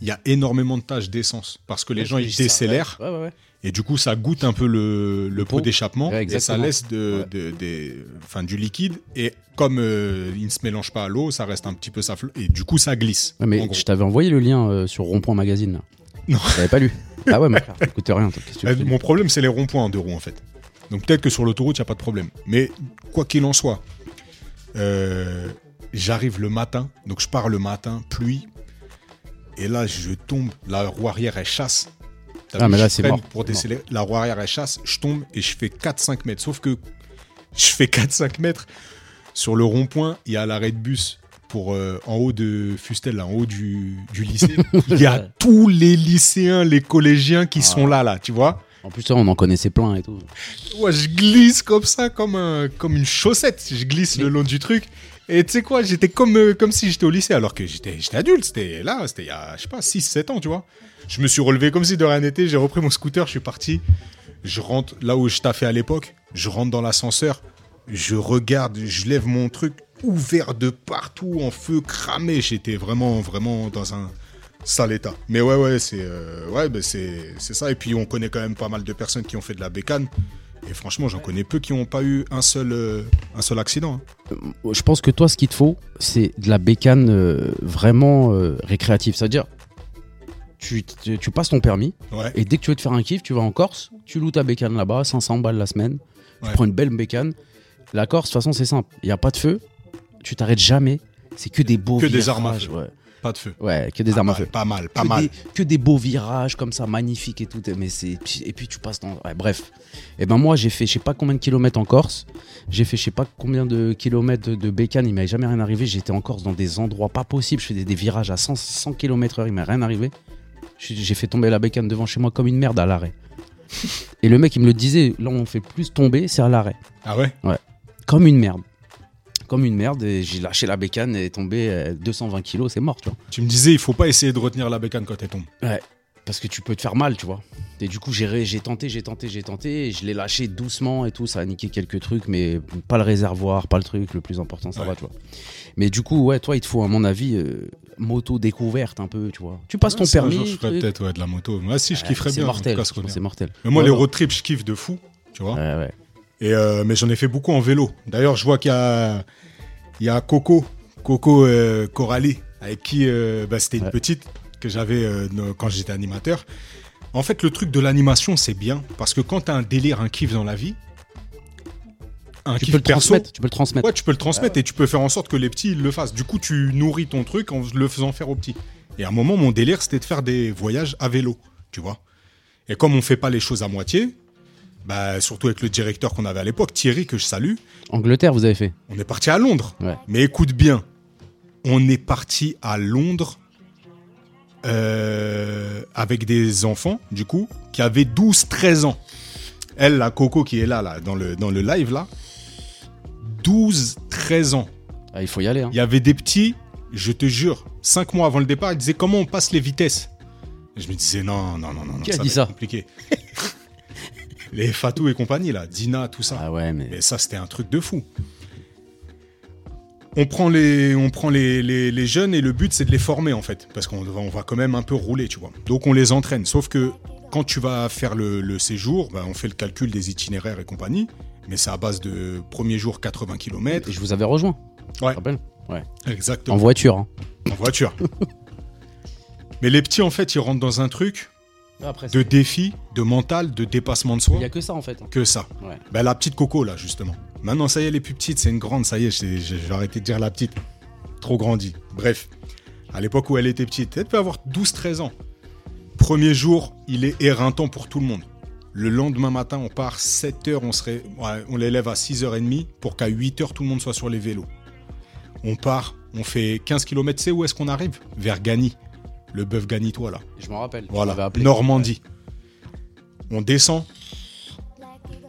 Speaker 2: il y a énormément de taches d'essence parce que les gens ils décélèrent
Speaker 3: Ouais, ouais, ouais.
Speaker 2: et du coup ça goûte un peu le, le pot
Speaker 3: pot.
Speaker 2: d'échappement
Speaker 3: Ouais,
Speaker 2: et ça
Speaker 3: exactement.
Speaker 2: laisse de,
Speaker 3: Ouais.
Speaker 2: de- des, enfin, du liquide et comme euh, il ne se mélange pas à l'eau, ça reste un petit peu ça et du coup ça glisse.
Speaker 3: Ouais, mais
Speaker 2: en gros.
Speaker 3: je t'avais envoyé le lien euh, sur Rond-Point Magazine. Là.
Speaker 2: Non.
Speaker 3: T'avais pas lu.
Speaker 2: [LAUGHS]
Speaker 3: Ah ouais, mais frère, t'écoutes rien. toi, qu'est-ce que tu
Speaker 2: Euh,
Speaker 3: fais
Speaker 2: mon problème, c'est les ronds-points en deux roues, en fait. Donc peut-être que sur l'autoroute, il n'y a pas de problème. Mais quoi qu'il en soit, euh, j'arrive le matin. Donc je pars le matin, pluie. Et là, je tombe. La roue arrière, elle chasse. T'as
Speaker 3: Ah,
Speaker 2: vu,
Speaker 3: mais là,
Speaker 2: je
Speaker 3: c'est
Speaker 2: freine
Speaker 3: mort.
Speaker 2: Pour déceler. La roue arrière, elle chasse. Je tombe et je fais 4-5 mètres. Sauf que je fais [LAUGHS] 4-5 mètres. Sur le rond-point, il y a l'arrêt de bus pour euh, en haut de Fustel, là, en haut du, du
Speaker 3: [LAUGHS]
Speaker 2: lycée. Il y a tous les lycéens, les collégiens qui
Speaker 3: Ah.
Speaker 2: sont là, là, tu vois.
Speaker 3: En plus, ça, on en connaissait plein et tout.
Speaker 2: Ouais, je glisse comme ça, comme, un- comme une chaussette. Je glisse le long du truc. Et tu sais quoi, j'étais comme, euh, comme si j'étais au lycée, alors que j'étais j'étais adulte. C'était là, c'était il y a, je sais pas, 6-7 ans, tu vois. Je me suis relevé comme si de rien n'était. J'ai repris mon scooter, je suis parti. Je rentre là où je taffais à l'époque. Je rentre dans l'ascenseur. Je regarde, je lève mon truc ouvert de partout, en feu, cramé. J'étais vraiment, vraiment dans un sale état. Mais ouais, ouais, c'est euh, ouais, bah, c'est c'est ça. Et puis, on connaît quand même pas mal de personnes qui ont fait de la bécane. Et franchement, j'en connais peu qui n'ont pas eu un seul, euh, un seul accident. hein.
Speaker 3: Je pense que toi, ce qu'il te faut, c'est de la bécane euh, vraiment euh, récréative. C'est-à-dire, tu, tu- tu passes ton permis
Speaker 2: Ouais.
Speaker 3: et dès que tu veux te faire un kiff, tu vas en Corse, tu loues ta bécane là-bas, 500 balles la semaine. Tu
Speaker 2: Ouais.
Speaker 3: prends une belle bécane. La Corse, de toute façon, c'est simple. Il n'y a pas de feu, tu t'arrêtes jamais. C'est que des beaux
Speaker 2: Que des
Speaker 3: virages,
Speaker 2: armes à feu. Ah, bah,
Speaker 3: Ouais.
Speaker 2: Pas de feu.
Speaker 3: Ouais, que des
Speaker 2: Pas
Speaker 3: armes à
Speaker 2: mal,
Speaker 3: feu.
Speaker 2: Pas mal, pas
Speaker 3: que,
Speaker 2: mal.
Speaker 3: Des, que des beaux virages comme ça, magnifiques et tout. Mais c'est et puis tu passes dans. ouais, bref. Et ben moi j'ai fait je sais pas combien de kilomètres en Corse. J'ai fait je sais pas combien de kilomètres de, de bécane. Il m'avait jamais rien arrivé. J'étais en Corse dans des endroits pas possibles. Je faisais des virages à 100, 100 km/h. Il m'est rien arrivé. J'ai j'ai fait tomber la bécane devant chez moi comme une merde à l'arrêt. et le mec il me le disait. Là où on fait plus tomber, c'est à l'arrêt.
Speaker 2: Ah ouais
Speaker 3: Comme une merde. Comme une merde. Et j'ai lâché la bécane et est tombé euh, 220 kilos. C'est mort, tu vois.
Speaker 2: Tu me disais, il faut pas essayer de retenir la bécane quand elle tombe.
Speaker 3: parce que tu peux te faire mal, tu vois. Et du coup, j'ai ré- j'ai tenté, j'ai tenté, j'ai tenté, et je l'ai lâché doucement et tout, ça a niqué quelques trucs, mais pas le réservoir, pas le truc, le plus important, ça
Speaker 2: Ouais.
Speaker 3: va, tu vois. Mais du coup, ouais, toi, il te faut, à mon avis, euh, moto découverte un peu, tu vois. Tu passes ton
Speaker 2: Ouais, si,
Speaker 3: permis.
Speaker 2: Un jour, je ferais
Speaker 3: truc.
Speaker 2: peut-être ouais, de la moto. Moi, si, je
Speaker 3: Ouais,
Speaker 2: kifferais
Speaker 3: c'est
Speaker 2: bien. en
Speaker 3: mortel,
Speaker 2: tout cas, ce
Speaker 3: franchement,
Speaker 2: qu'on est.
Speaker 3: c'est mortel.
Speaker 2: mais moi,
Speaker 3: Ouais,
Speaker 2: les hein,
Speaker 3: ouais.
Speaker 2: road trips, je kiffe de fou. Tu vois
Speaker 3: Ouais, ouais.
Speaker 2: Et, euh, Mais j'en ai fait beaucoup en vélo. D'ailleurs, je vois qu'il y a, il y a Coco, Coco euh, Coralie, avec qui euh, bah, c'était une
Speaker 3: Ouais.
Speaker 2: petite que j'avais euh, no- quand j'étais animateur. En fait, le truc de l'animation, c'est bien. Parce que quand t'as un délire, un kiff dans la vie, un
Speaker 3: Tu
Speaker 2: kiff
Speaker 3: peux le
Speaker 2: perso,
Speaker 3: transmettre, tu peux le transmettre.
Speaker 2: Ouais, tu peux le transmettre et tu peux faire en sorte que les petits ils le fassent. Du coup, tu nourris ton truc en le faisant faire aux petits. Et à un moment, mon délire, c'était de faire des voyages à vélo, tu vois. Et comme on fait pas les choses à moitié, bah, surtout avec le directeur qu'on avait à l'époque, Thierry, que je salue,
Speaker 3: Angleterre, vous avez fait.
Speaker 2: on est parti à Londres.
Speaker 3: Ouais.
Speaker 2: Mais écoute bien, on est parti à Londres euh, avec des enfants, du coup, qui avaient 12-13 ans. Elle, la Coco qui est là, là dans, le, dans le live, là, 12-13 ans.
Speaker 3: Ah, il faut y aller. Hein.
Speaker 2: Il y avait des petits, je te jure, 5 mois avant le départ, ils disaient comment on passe les vitesses. Et je me disais non, non, non, non, non
Speaker 3: Qui a
Speaker 2: ça
Speaker 3: dit
Speaker 2: va
Speaker 3: ça
Speaker 2: être
Speaker 3: [LAUGHS]
Speaker 2: compliqué. les Fatou et compagnie, là, Dina, tout ça.
Speaker 3: Ah ouais, mais.
Speaker 2: Mais ça, c'était un truc de fou. On prend les, on prend les, les- les jeunes et le but, c'est de les former, en fait. Parce qu'on va, on va quand même un peu rouler, tu vois. Donc, on les entraîne. Sauf que quand tu vas faire le, le séjour, bah, on fait le calcul des itinéraires et compagnie. Mais c'est à base de premier jour 80 km.
Speaker 3: Et je vous avais rejoint.
Speaker 2: Ouais.
Speaker 3: Tu te rappelles Ouais. En
Speaker 2: Exactement.
Speaker 3: voiture. hein.
Speaker 2: En voiture. Mais les petits, en fait, ils rentrent dans un truc de défi, de mental, de dépassement de soi.
Speaker 3: Il y a que ça en fait. hein.
Speaker 2: que ça.
Speaker 3: Ouais.
Speaker 2: Bah, la petite Coco, là, justement. Maintenant, ça y est, elle est plus petite, c'est une grande, ça y est, j'ai j'ai- j'ai arrêté de dire la petite. Trop grandi. Bref, à l'époque où elle était petite, elle peut avoir 12-13 ans. Premier jour, il est éreintant pour tout le monde. Le lendemain matin, on part 7h, on, se ré- ouais, on l'élève à 6h30 pour qu'à 8h, tout le monde soit sur les vélos. On part, on fait 15 km, c'est où est-ce qu'on arrive Vers Gagny, le bœuf gagnitois, là.
Speaker 3: Je m'en rappelle. tu m'avais
Speaker 2: Voilà,
Speaker 3: appelé.
Speaker 2: Normandie. On descend.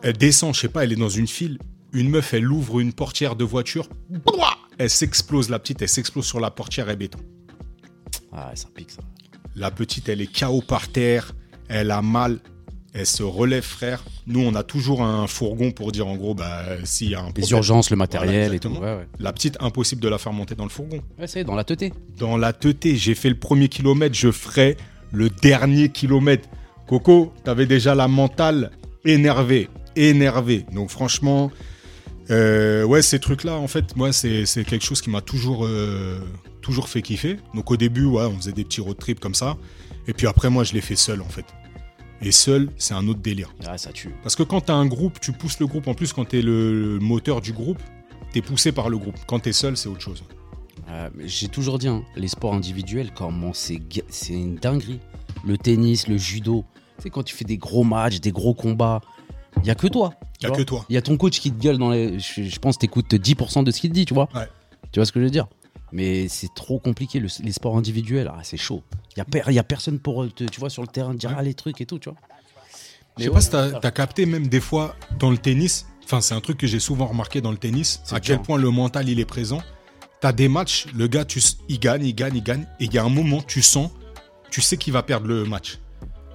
Speaker 2: Elle descend, je sais pas, elle est dans une file. Une meuf, elle ouvre une portière de voiture. Bouah Elle s'explose, la petite, elle s'explose sur la portière et béton.
Speaker 3: Ah, ça pique ça.
Speaker 2: La petite, elle est KO par terre. Elle a mal. Elle se relève, frère. Nous, on a toujours un fourgon pour dire, en gros, bah, s'il y a un
Speaker 3: Les
Speaker 2: problème.
Speaker 3: urgences, le matériel
Speaker 2: Voilà,
Speaker 3: et tout. Ouais,
Speaker 2: exactement.
Speaker 3: ouais.
Speaker 2: La petite, impossible de la faire monter dans le fourgon.
Speaker 3: Ouais, c'est dans la teuté.
Speaker 2: dans la teuté. J'ai fait le premier kilomètre, je ferai le dernier kilomètre. Coco, t'avais déjà la mentale énervée, énervée. Donc franchement, euh, ouais, ces trucs-là, en fait, moi, c'est c'est quelque chose qui m'a toujours, euh, toujours fait kiffer. Donc au début, ouais, on faisait des petits road trips comme ça. Et puis après, moi, je l'ai fait seul, en fait. Et seul, c'est un autre délire.
Speaker 3: Ah, ça tue.
Speaker 2: Parce que quand t'as un groupe, tu pousses le groupe. En plus, quand t'es le moteur du groupe, t'es poussé par le groupe. Quand t'es seul, c'est autre chose.
Speaker 3: Euh, mais J'ai toujours dit, hein, les sports individuels, comment c'est ga- c'est une dinguerie. Le tennis, le judo. Tu sais, quand tu fais des gros matchs, des gros combats, il y a que toi.
Speaker 2: Y a que toi.
Speaker 3: Il y a ton coach qui te gueule dans les. Je, je pense que t'écoutes 10% de ce qu'il te dit, tu vois.
Speaker 2: Ouais.
Speaker 3: Tu vois ce que je veux dire Mais c'est trop compliqué, le- les sports individuels, ah, c'est chaud. Il y a, per- y a personne pour, euh, te, tu vois, sur le terrain, dire
Speaker 2: Ouais.
Speaker 3: ah, les trucs et tout, tu vois.
Speaker 2: Je
Speaker 3: Mais
Speaker 2: sais
Speaker 3: ouais,
Speaker 2: pas si t'as
Speaker 3: ça-
Speaker 2: t'as capté même des fois dans le tennis. Enfin, c'est un truc que j'ai souvent remarqué dans le tennis.
Speaker 3: C'est
Speaker 2: À
Speaker 3: dur.
Speaker 2: quel point le mental il est présent. T'as des matchs, le gars tu, s- il gagne, il gagne, il gagne, et il y a un moment tu sens, tu sais qu'il va perdre le match.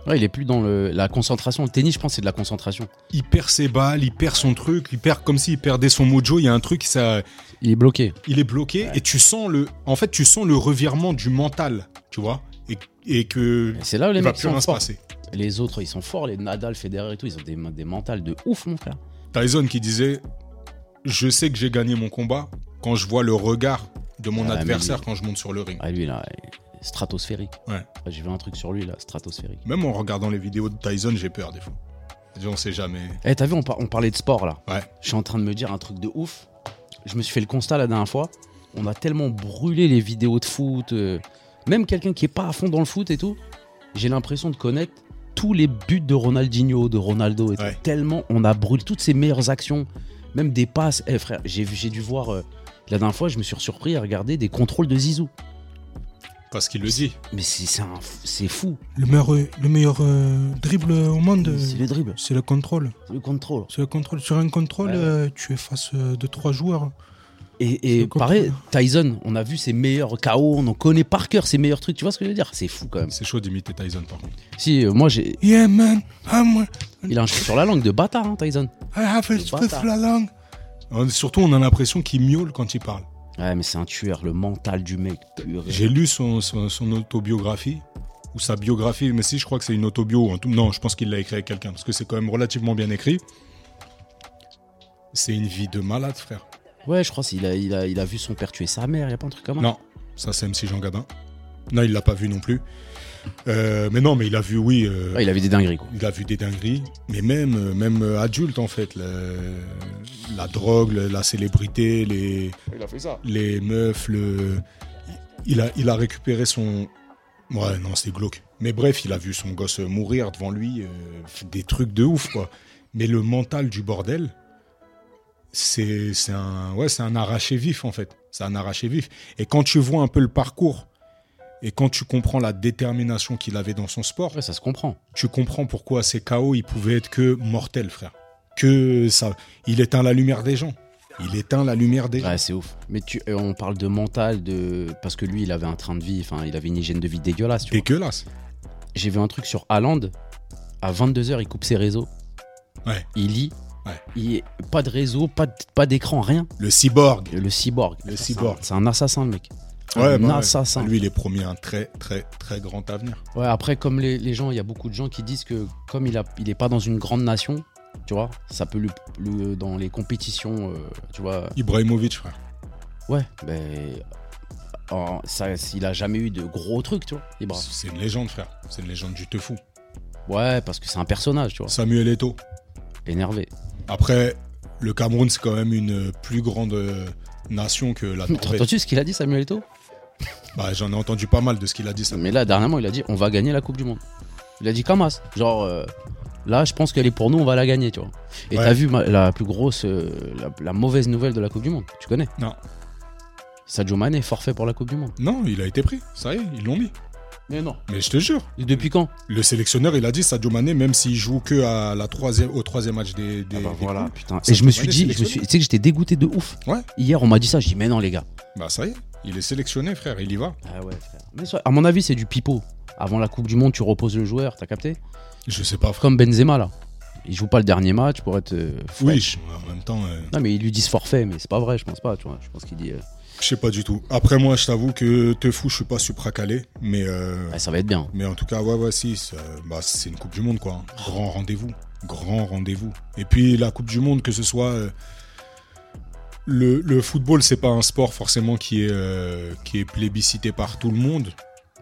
Speaker 3: Ouais, il est plus dans le- la concentration. Le tennis, je pense, c'est de la concentration.
Speaker 2: Il perd ses balles, il perd son truc, il perd comme s'il perdait son mojo. Il y a un truc, ça,
Speaker 3: Il est bloqué.
Speaker 2: il est bloqué et tu sens le, en fait tu sens le revirement du mental, tu vois, et, et que
Speaker 3: C'est là où les
Speaker 2: il va
Speaker 3: mecs
Speaker 2: plus
Speaker 3: sont
Speaker 2: rien se
Speaker 3: forts.
Speaker 2: passer.
Speaker 3: Les autres, ils sont forts, les Nadal, Federer et tout, ils ont des, des mentales de ouf, mon frère.
Speaker 2: Tyson qui disait Je sais que j'ai gagné mon combat quand je vois le regard de mon
Speaker 3: Ah, mais
Speaker 2: adversaire
Speaker 3: lui-
Speaker 2: quand je monte sur le ring.
Speaker 3: Ah, lui, là, est stratosphérique.
Speaker 2: Ouais.
Speaker 3: J'ai vu un truc sur lui, là, stratosphérique.
Speaker 2: Même en regardant les vidéos de Tyson, j'ai peur des fois. Je dis, On sait jamais.
Speaker 3: Eh, t'as vu, on, par- on parlait de sport, là.
Speaker 2: Ouais.
Speaker 3: Je suis en train de me dire un truc de ouf. Je me suis fait le constat la dernière fois. On a tellement brûlé les vidéos de foot. euh, même quelqu'un qui est pas à fond dans le foot et tout. J'ai l'impression de connaître tous les buts de Ronaldinho, de Ronaldo et tout.
Speaker 2: Ouais.
Speaker 3: Tellement on a brûlé toutes ses meilleures actions. Même des passes. Eh frère, j'ai vu- j'ai dû voir. euh, la dernière fois, je me suis surpris à regarder des contrôles de Zizou.
Speaker 2: Parce qu'il le dit.
Speaker 3: Mais c'est c'est un f- c'est fou.
Speaker 2: Le meilleur, le meilleur euh, dribble au monde,
Speaker 3: C'est le dribble,
Speaker 2: c'est le contrôle.
Speaker 3: c'est le contrôle.
Speaker 2: C'est le contrôle. Sur un contrôle, euh,
Speaker 3: Ouais, ouais.
Speaker 2: tu es face de trois joueurs.
Speaker 3: Et, et
Speaker 2: le contrôle.
Speaker 3: pareil, Tyson, on a vu ses meilleurs KO, on en connaît par cœur ses meilleurs trucs. Tu vois ce que je veux dire C'est fou quand même.
Speaker 2: C'est chaud d'imiter Tyson par contre.
Speaker 3: Si, euh, moi, j'ai,
Speaker 2: Yeah man, I'm,
Speaker 3: il a un cheveu sur la langue de bâtard, hein, Tyson.
Speaker 2: I have
Speaker 3: Le spit bâtard. for
Speaker 2: Surtout, on a l'impression qu'il miaule quand il parle.
Speaker 3: Ouais, mais c'est un tueur, le mental du mec. purée.
Speaker 2: J'ai lu son, son- son autobiographie, ou sa biographie, mais si je crois que c'est une autobio, en tout- non, je pense qu'il l'a écrit avec quelqu'un, parce que c'est quand même relativement bien écrit. C'est une vie de malade, frère.
Speaker 3: Ouais, je crois qu'il a, il a, il a vu son père tuer sa mère, y a pas un truc comme ça.
Speaker 2: Non, ça c'est MC Jean Gabin. Non, il l'a pas vu non plus. Euh, mais non, mais il a vu, oui, euh,
Speaker 3: Ouais, il avait des dingueries, quoi.
Speaker 2: il a vu des dingueries, mais même, euh, même euh, adulte en fait, le- la drogue, le- la célébrité, les, les meufs, le, il a, il a récupéré son, ouais non c'est glauque, mais bref il a vu son gosse mourir devant lui, euh, des trucs de ouf quoi, mais le mental du bordel, c'est c'est un, ouais, c'est un arraché vif, en fait. C'est un arraché vif. Et quand tu vois un peu le parcours et quand tu comprends la détermination qu'il avait dans son sport,
Speaker 3: Ouais, ça se comprend.
Speaker 2: tu comprends pourquoi ces KO, ils pouvaient être que mortels, frère. Que ça. Il éteint la lumière des gens. Il éteint la lumière des gens.
Speaker 3: Ouais, c'est ouf. Mais tu, euh, on parle de mental, de parce que lui, il avait un train de vie, enfin, il avait une hygiène de vie dégueulasse. tu vois.
Speaker 2: Dégueulasse.
Speaker 3: J'ai vu un truc sur Haaland. À 22h, il coupe ses réseaux.
Speaker 2: Ouais.
Speaker 3: Il lit.
Speaker 2: Ouais.
Speaker 3: Il, pas de réseau, pas de- pas d'écran, rien.
Speaker 2: Le cyborg.
Speaker 3: Le cyborg.
Speaker 2: Le cyborg.
Speaker 3: C'est un assassin, le mec.
Speaker 2: Ouais,
Speaker 3: un
Speaker 2: bah ouais.
Speaker 3: assassin.
Speaker 2: Lui, il est promis un très, très, très grand avenir.
Speaker 3: Ouais, après, comme les, les gens, il y a beaucoup de gens qui disent que comme il n'est il est pas dans une grande nation, tu vois, ça peut le, le- dans les compétitions, euh, tu vois.
Speaker 2: Ibrahimovic, frère.
Speaker 3: Ouais, ben. en- ça, il a jamais eu de gros trucs, tu vois, Ibra.
Speaker 2: C'est une légende, frère. C'est une légende du te fou.
Speaker 3: Ouais, parce que c'est un personnage, tu vois.
Speaker 2: Samuel Eto'o.
Speaker 3: Énervé.
Speaker 2: Ah, Après, le Cameroun, c'est quand même une plus grande euh, nation que
Speaker 3: [LAUGHS]
Speaker 2: la
Speaker 3: T'as
Speaker 2: Norvège.
Speaker 3: entendu ce qu'il a dit, Samuel Eto'o
Speaker 2: Bah, J'en ai entendu pas mal de ce qu'il a dit. Ça.
Speaker 3: Mais là, dernièrement, il a dit on va gagner la Coupe du Monde. Il a dit Kamas. Genre, euh, là, je pense qu'elle est pour nous, on va la gagner, tu vois. Et
Speaker 2: Ouais.
Speaker 3: t'as vu ma- la plus grosse, euh, la, la mauvaise nouvelle de la Coupe du Monde Tu connais
Speaker 2: Non.
Speaker 3: Sadio Mané, forfait pour la Coupe du Monde.
Speaker 2: Non, il a été pris. Ça y est, ils l'ont mis.
Speaker 3: Mais non.
Speaker 2: Mais je te jure,
Speaker 3: Depuis quand
Speaker 2: le sélectionneur, il a dit Sadio Mané, même s'il joue que à la troisième, au troisième match des. des- des coupes.
Speaker 3: Ah bah putain. Et
Speaker 2: Sadio
Speaker 3: je me suis
Speaker 2: Mané,
Speaker 3: dit, je me suis,
Speaker 2: sélectionné.
Speaker 3: tu sais que j'étais dégoûté de ouf.
Speaker 2: Ouais.
Speaker 3: Hier, on m'a dit ça, je dis mais non, les gars.
Speaker 2: Bah, ça y est, il est sélectionné, frère, il y va.
Speaker 3: Ah ouais, frère. Mais ça, à mon avis, c'est du pipeau. Avant la Coupe du Monde, tu reposes le joueur, t'as capté
Speaker 2: Je sais pas, frère.
Speaker 3: Comme Benzema, là. Il joue pas le dernier match pour être. euh,
Speaker 2: Oui,
Speaker 3: fresh.
Speaker 2: je- en même temps, euh,
Speaker 3: Non, mais ils lui disent forfait, mais c'est pas vrai, je pense pas, tu vois. Je pense qu'il dit. euh,
Speaker 2: je sais pas du tout. Après, moi, je t'avoue que te fou, je suis pas supracalé, mais. euh,
Speaker 3: Ah, ça va être bien.
Speaker 2: Mais en tout cas, ouais, ouais, si, c'est bah, c'est une Coupe du Monde, quoi. hein. Grand rendez-vous. Grand rendez-vous. Et puis, la Coupe du Monde, que ce soit. euh, le, le football, c'est pas un sport forcément qui est, euh, qui est plébiscité par tout le monde,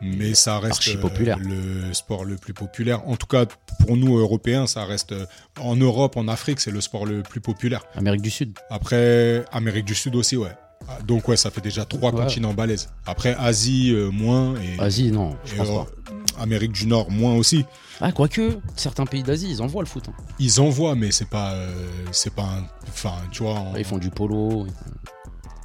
Speaker 2: mais ça reste euh,
Speaker 3: Archi populaire.
Speaker 2: le sport le plus populaire. En tout cas, pour nous, Européens, ça reste. euh, en Europe, en Afrique, c'est le sport le plus populaire.
Speaker 3: Amérique du Sud.
Speaker 2: Après, Amérique du Sud aussi, ouais. Ah, Donc, ouais, ça fait déjà trois
Speaker 3: Ouais.
Speaker 2: continents balèzes. Après, Asie, euh, moins. Et,
Speaker 3: Asie, non, je
Speaker 2: et,
Speaker 3: pense
Speaker 2: euh,
Speaker 3: pas.
Speaker 2: Amérique du Nord, moins aussi.
Speaker 3: Ah, quoique, certains pays d'Asie, ils envoient le foot. hein.
Speaker 2: Ils envoient, mais c'est pas, euh, c'est pas, un- enfin, tu vois, en,
Speaker 3: Ouais, Ils font du polo. ils font-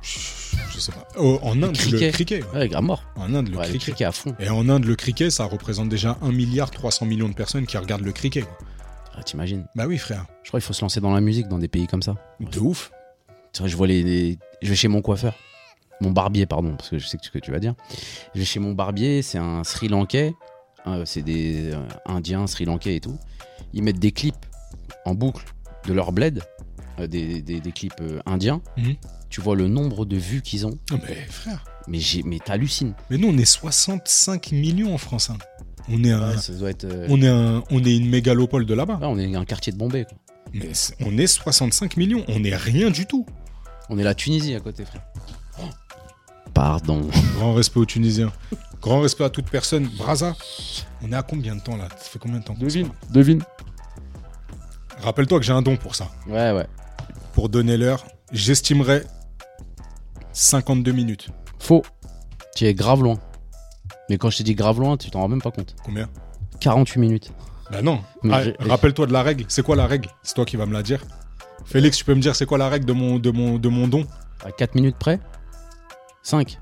Speaker 2: je sais pas. Oh, en Inde, le
Speaker 3: cricket.
Speaker 2: cricket. ouais.
Speaker 3: Ouais, grave mort.
Speaker 2: En Inde, le
Speaker 3: Ah, Ouais, le
Speaker 2: cricket.
Speaker 3: cricket à fond.
Speaker 2: Et en Inde, le cricket, ça représente déjà 1 milliard 300 millions de personnes qui regardent le cricket. quoi.
Speaker 3: Ah, T'imagines
Speaker 2: Bah oui, frère,
Speaker 3: Je crois qu'il faut se lancer dans la musique dans des pays comme ça.
Speaker 2: de ouf.
Speaker 3: Tu vois, je vois les, les- Je vais chez mon coiffeur. Mon barbier, pardon, parce que je sais que ce que tu vas dire. Je vais chez mon barbier, c'est un Sri Lankais. Euh, c'est des euh, Indiens, Sri Lankais et tout. Ils mettent des clips en boucle de leur bled, euh, des, des- des clips euh, indiens.
Speaker 2: Mhm.
Speaker 3: Tu vois le nombre de vues qu'ils ont.
Speaker 2: Non, mais frère,
Speaker 3: Mais, j'ai- mais t'hallucines.
Speaker 2: mais nous, on est 65 millions en France. hein. On est un,
Speaker 3: Ouais, ça doit être. euh,
Speaker 2: on est un, on est une mégalopole de là-bas.
Speaker 3: ouais, on est un quartier de Bombay. quoi.
Speaker 2: Mais c'est- on est 65 millions, on est rien du tout.
Speaker 3: On est la Tunisie à côté, frère. Oh. Pardon. [LAUGHS]
Speaker 2: Grand respect aux Tunisiens. Grand respect à toute personne. Braza, on est à combien de temps là Ça fait combien de temps qu'on se parle
Speaker 3: devine.
Speaker 2: Rappelle-toi que j'ai un don pour ça.
Speaker 3: Ouais, ouais.
Speaker 2: Pour donner l'heure, j'estimerais 52 minutes.
Speaker 3: Faux. Tu es grave loin. Mais quand je t'ai dit grave loin, tu t'en rends même pas compte.
Speaker 2: Combien
Speaker 3: 48 minutes.
Speaker 2: Bah non.
Speaker 3: Mais
Speaker 2: Ah,
Speaker 3: j'ai-
Speaker 2: Rappelle-toi de la règle. C'est quoi la règle C'est toi qui vas me la dire. Félix, tu peux me dire c'est quoi la règle de mon, de mon, de mon don
Speaker 3: À 4 minutes près 5.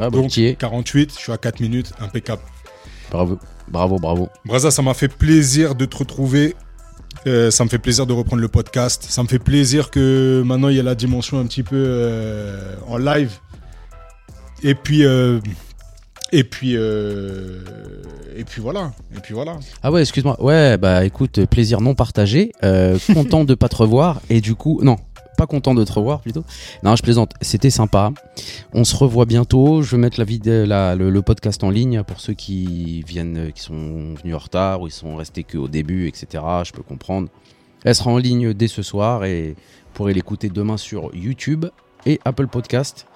Speaker 3: Ah, bon,
Speaker 2: Donc
Speaker 3: tu y es.
Speaker 2: 48, je suis à 4 minutes, impeccable.
Speaker 3: Bravo. Bravo, bravo.
Speaker 2: Braza, ça m'a fait plaisir de te retrouver. Euh, ça me fait plaisir de reprendre le podcast. Ça me fait plaisir que maintenant il y a la dimension un petit peu euh, en live. Et puis euh, et puis euh, et puis voilà. Et puis voilà.
Speaker 3: Ah ouais, excuse-moi. Ouais, bah écoute, plaisir non partagé. Euh, content de pas te revoir. Et du coup, non, pas content de te revoir plutôt. Non, je plaisante. C'était sympa. On se revoit bientôt. Je vais mettre la vidéo, la- le, le podcast en ligne pour ceux qui viennent, euh, qui sont venus en retard ou ils sont restés qu'au début, etc. Je peux comprendre. Elle sera en ligne dès ce soir et vous pourrez l'écouter demain sur YouTube et Apple Podcast.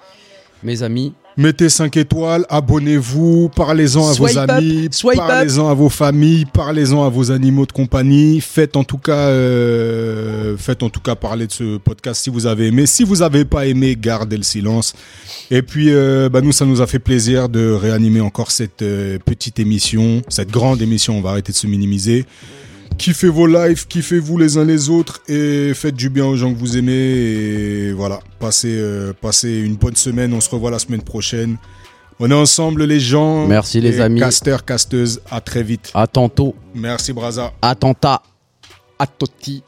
Speaker 3: Mes amis,
Speaker 2: Mettez 5 étoiles, abonnez-vous, parlez-en à
Speaker 3: Swipe
Speaker 2: vos
Speaker 3: up,
Speaker 2: amis,
Speaker 3: swipe up.
Speaker 2: parlez-en à vos familles, parlez-en à vos animaux de compagnie. Faites en tout cas, euh, faites en tout cas parler de ce podcast si vous avez aimé. Si vous n'avez pas aimé, gardez le silence. Et puis, euh, bah, nous, ça nous a fait plaisir de réanimer encore cette euh, petite émission, cette grande émission. On va arrêter de se minimiser. Kiffez vos lives, kiffez-vous les uns les autres et faites du bien aux gens que vous aimez. Et voilà, passez, euh, passez une bonne semaine. On se revoit la semaine prochaine. On est ensemble, les gens.
Speaker 3: Merci, les
Speaker 2: Et
Speaker 3: amis.
Speaker 2: Casteurs, casteuses, à très vite.
Speaker 3: À tantôt.
Speaker 2: Merci, Braza.
Speaker 3: Attentat. Atoti.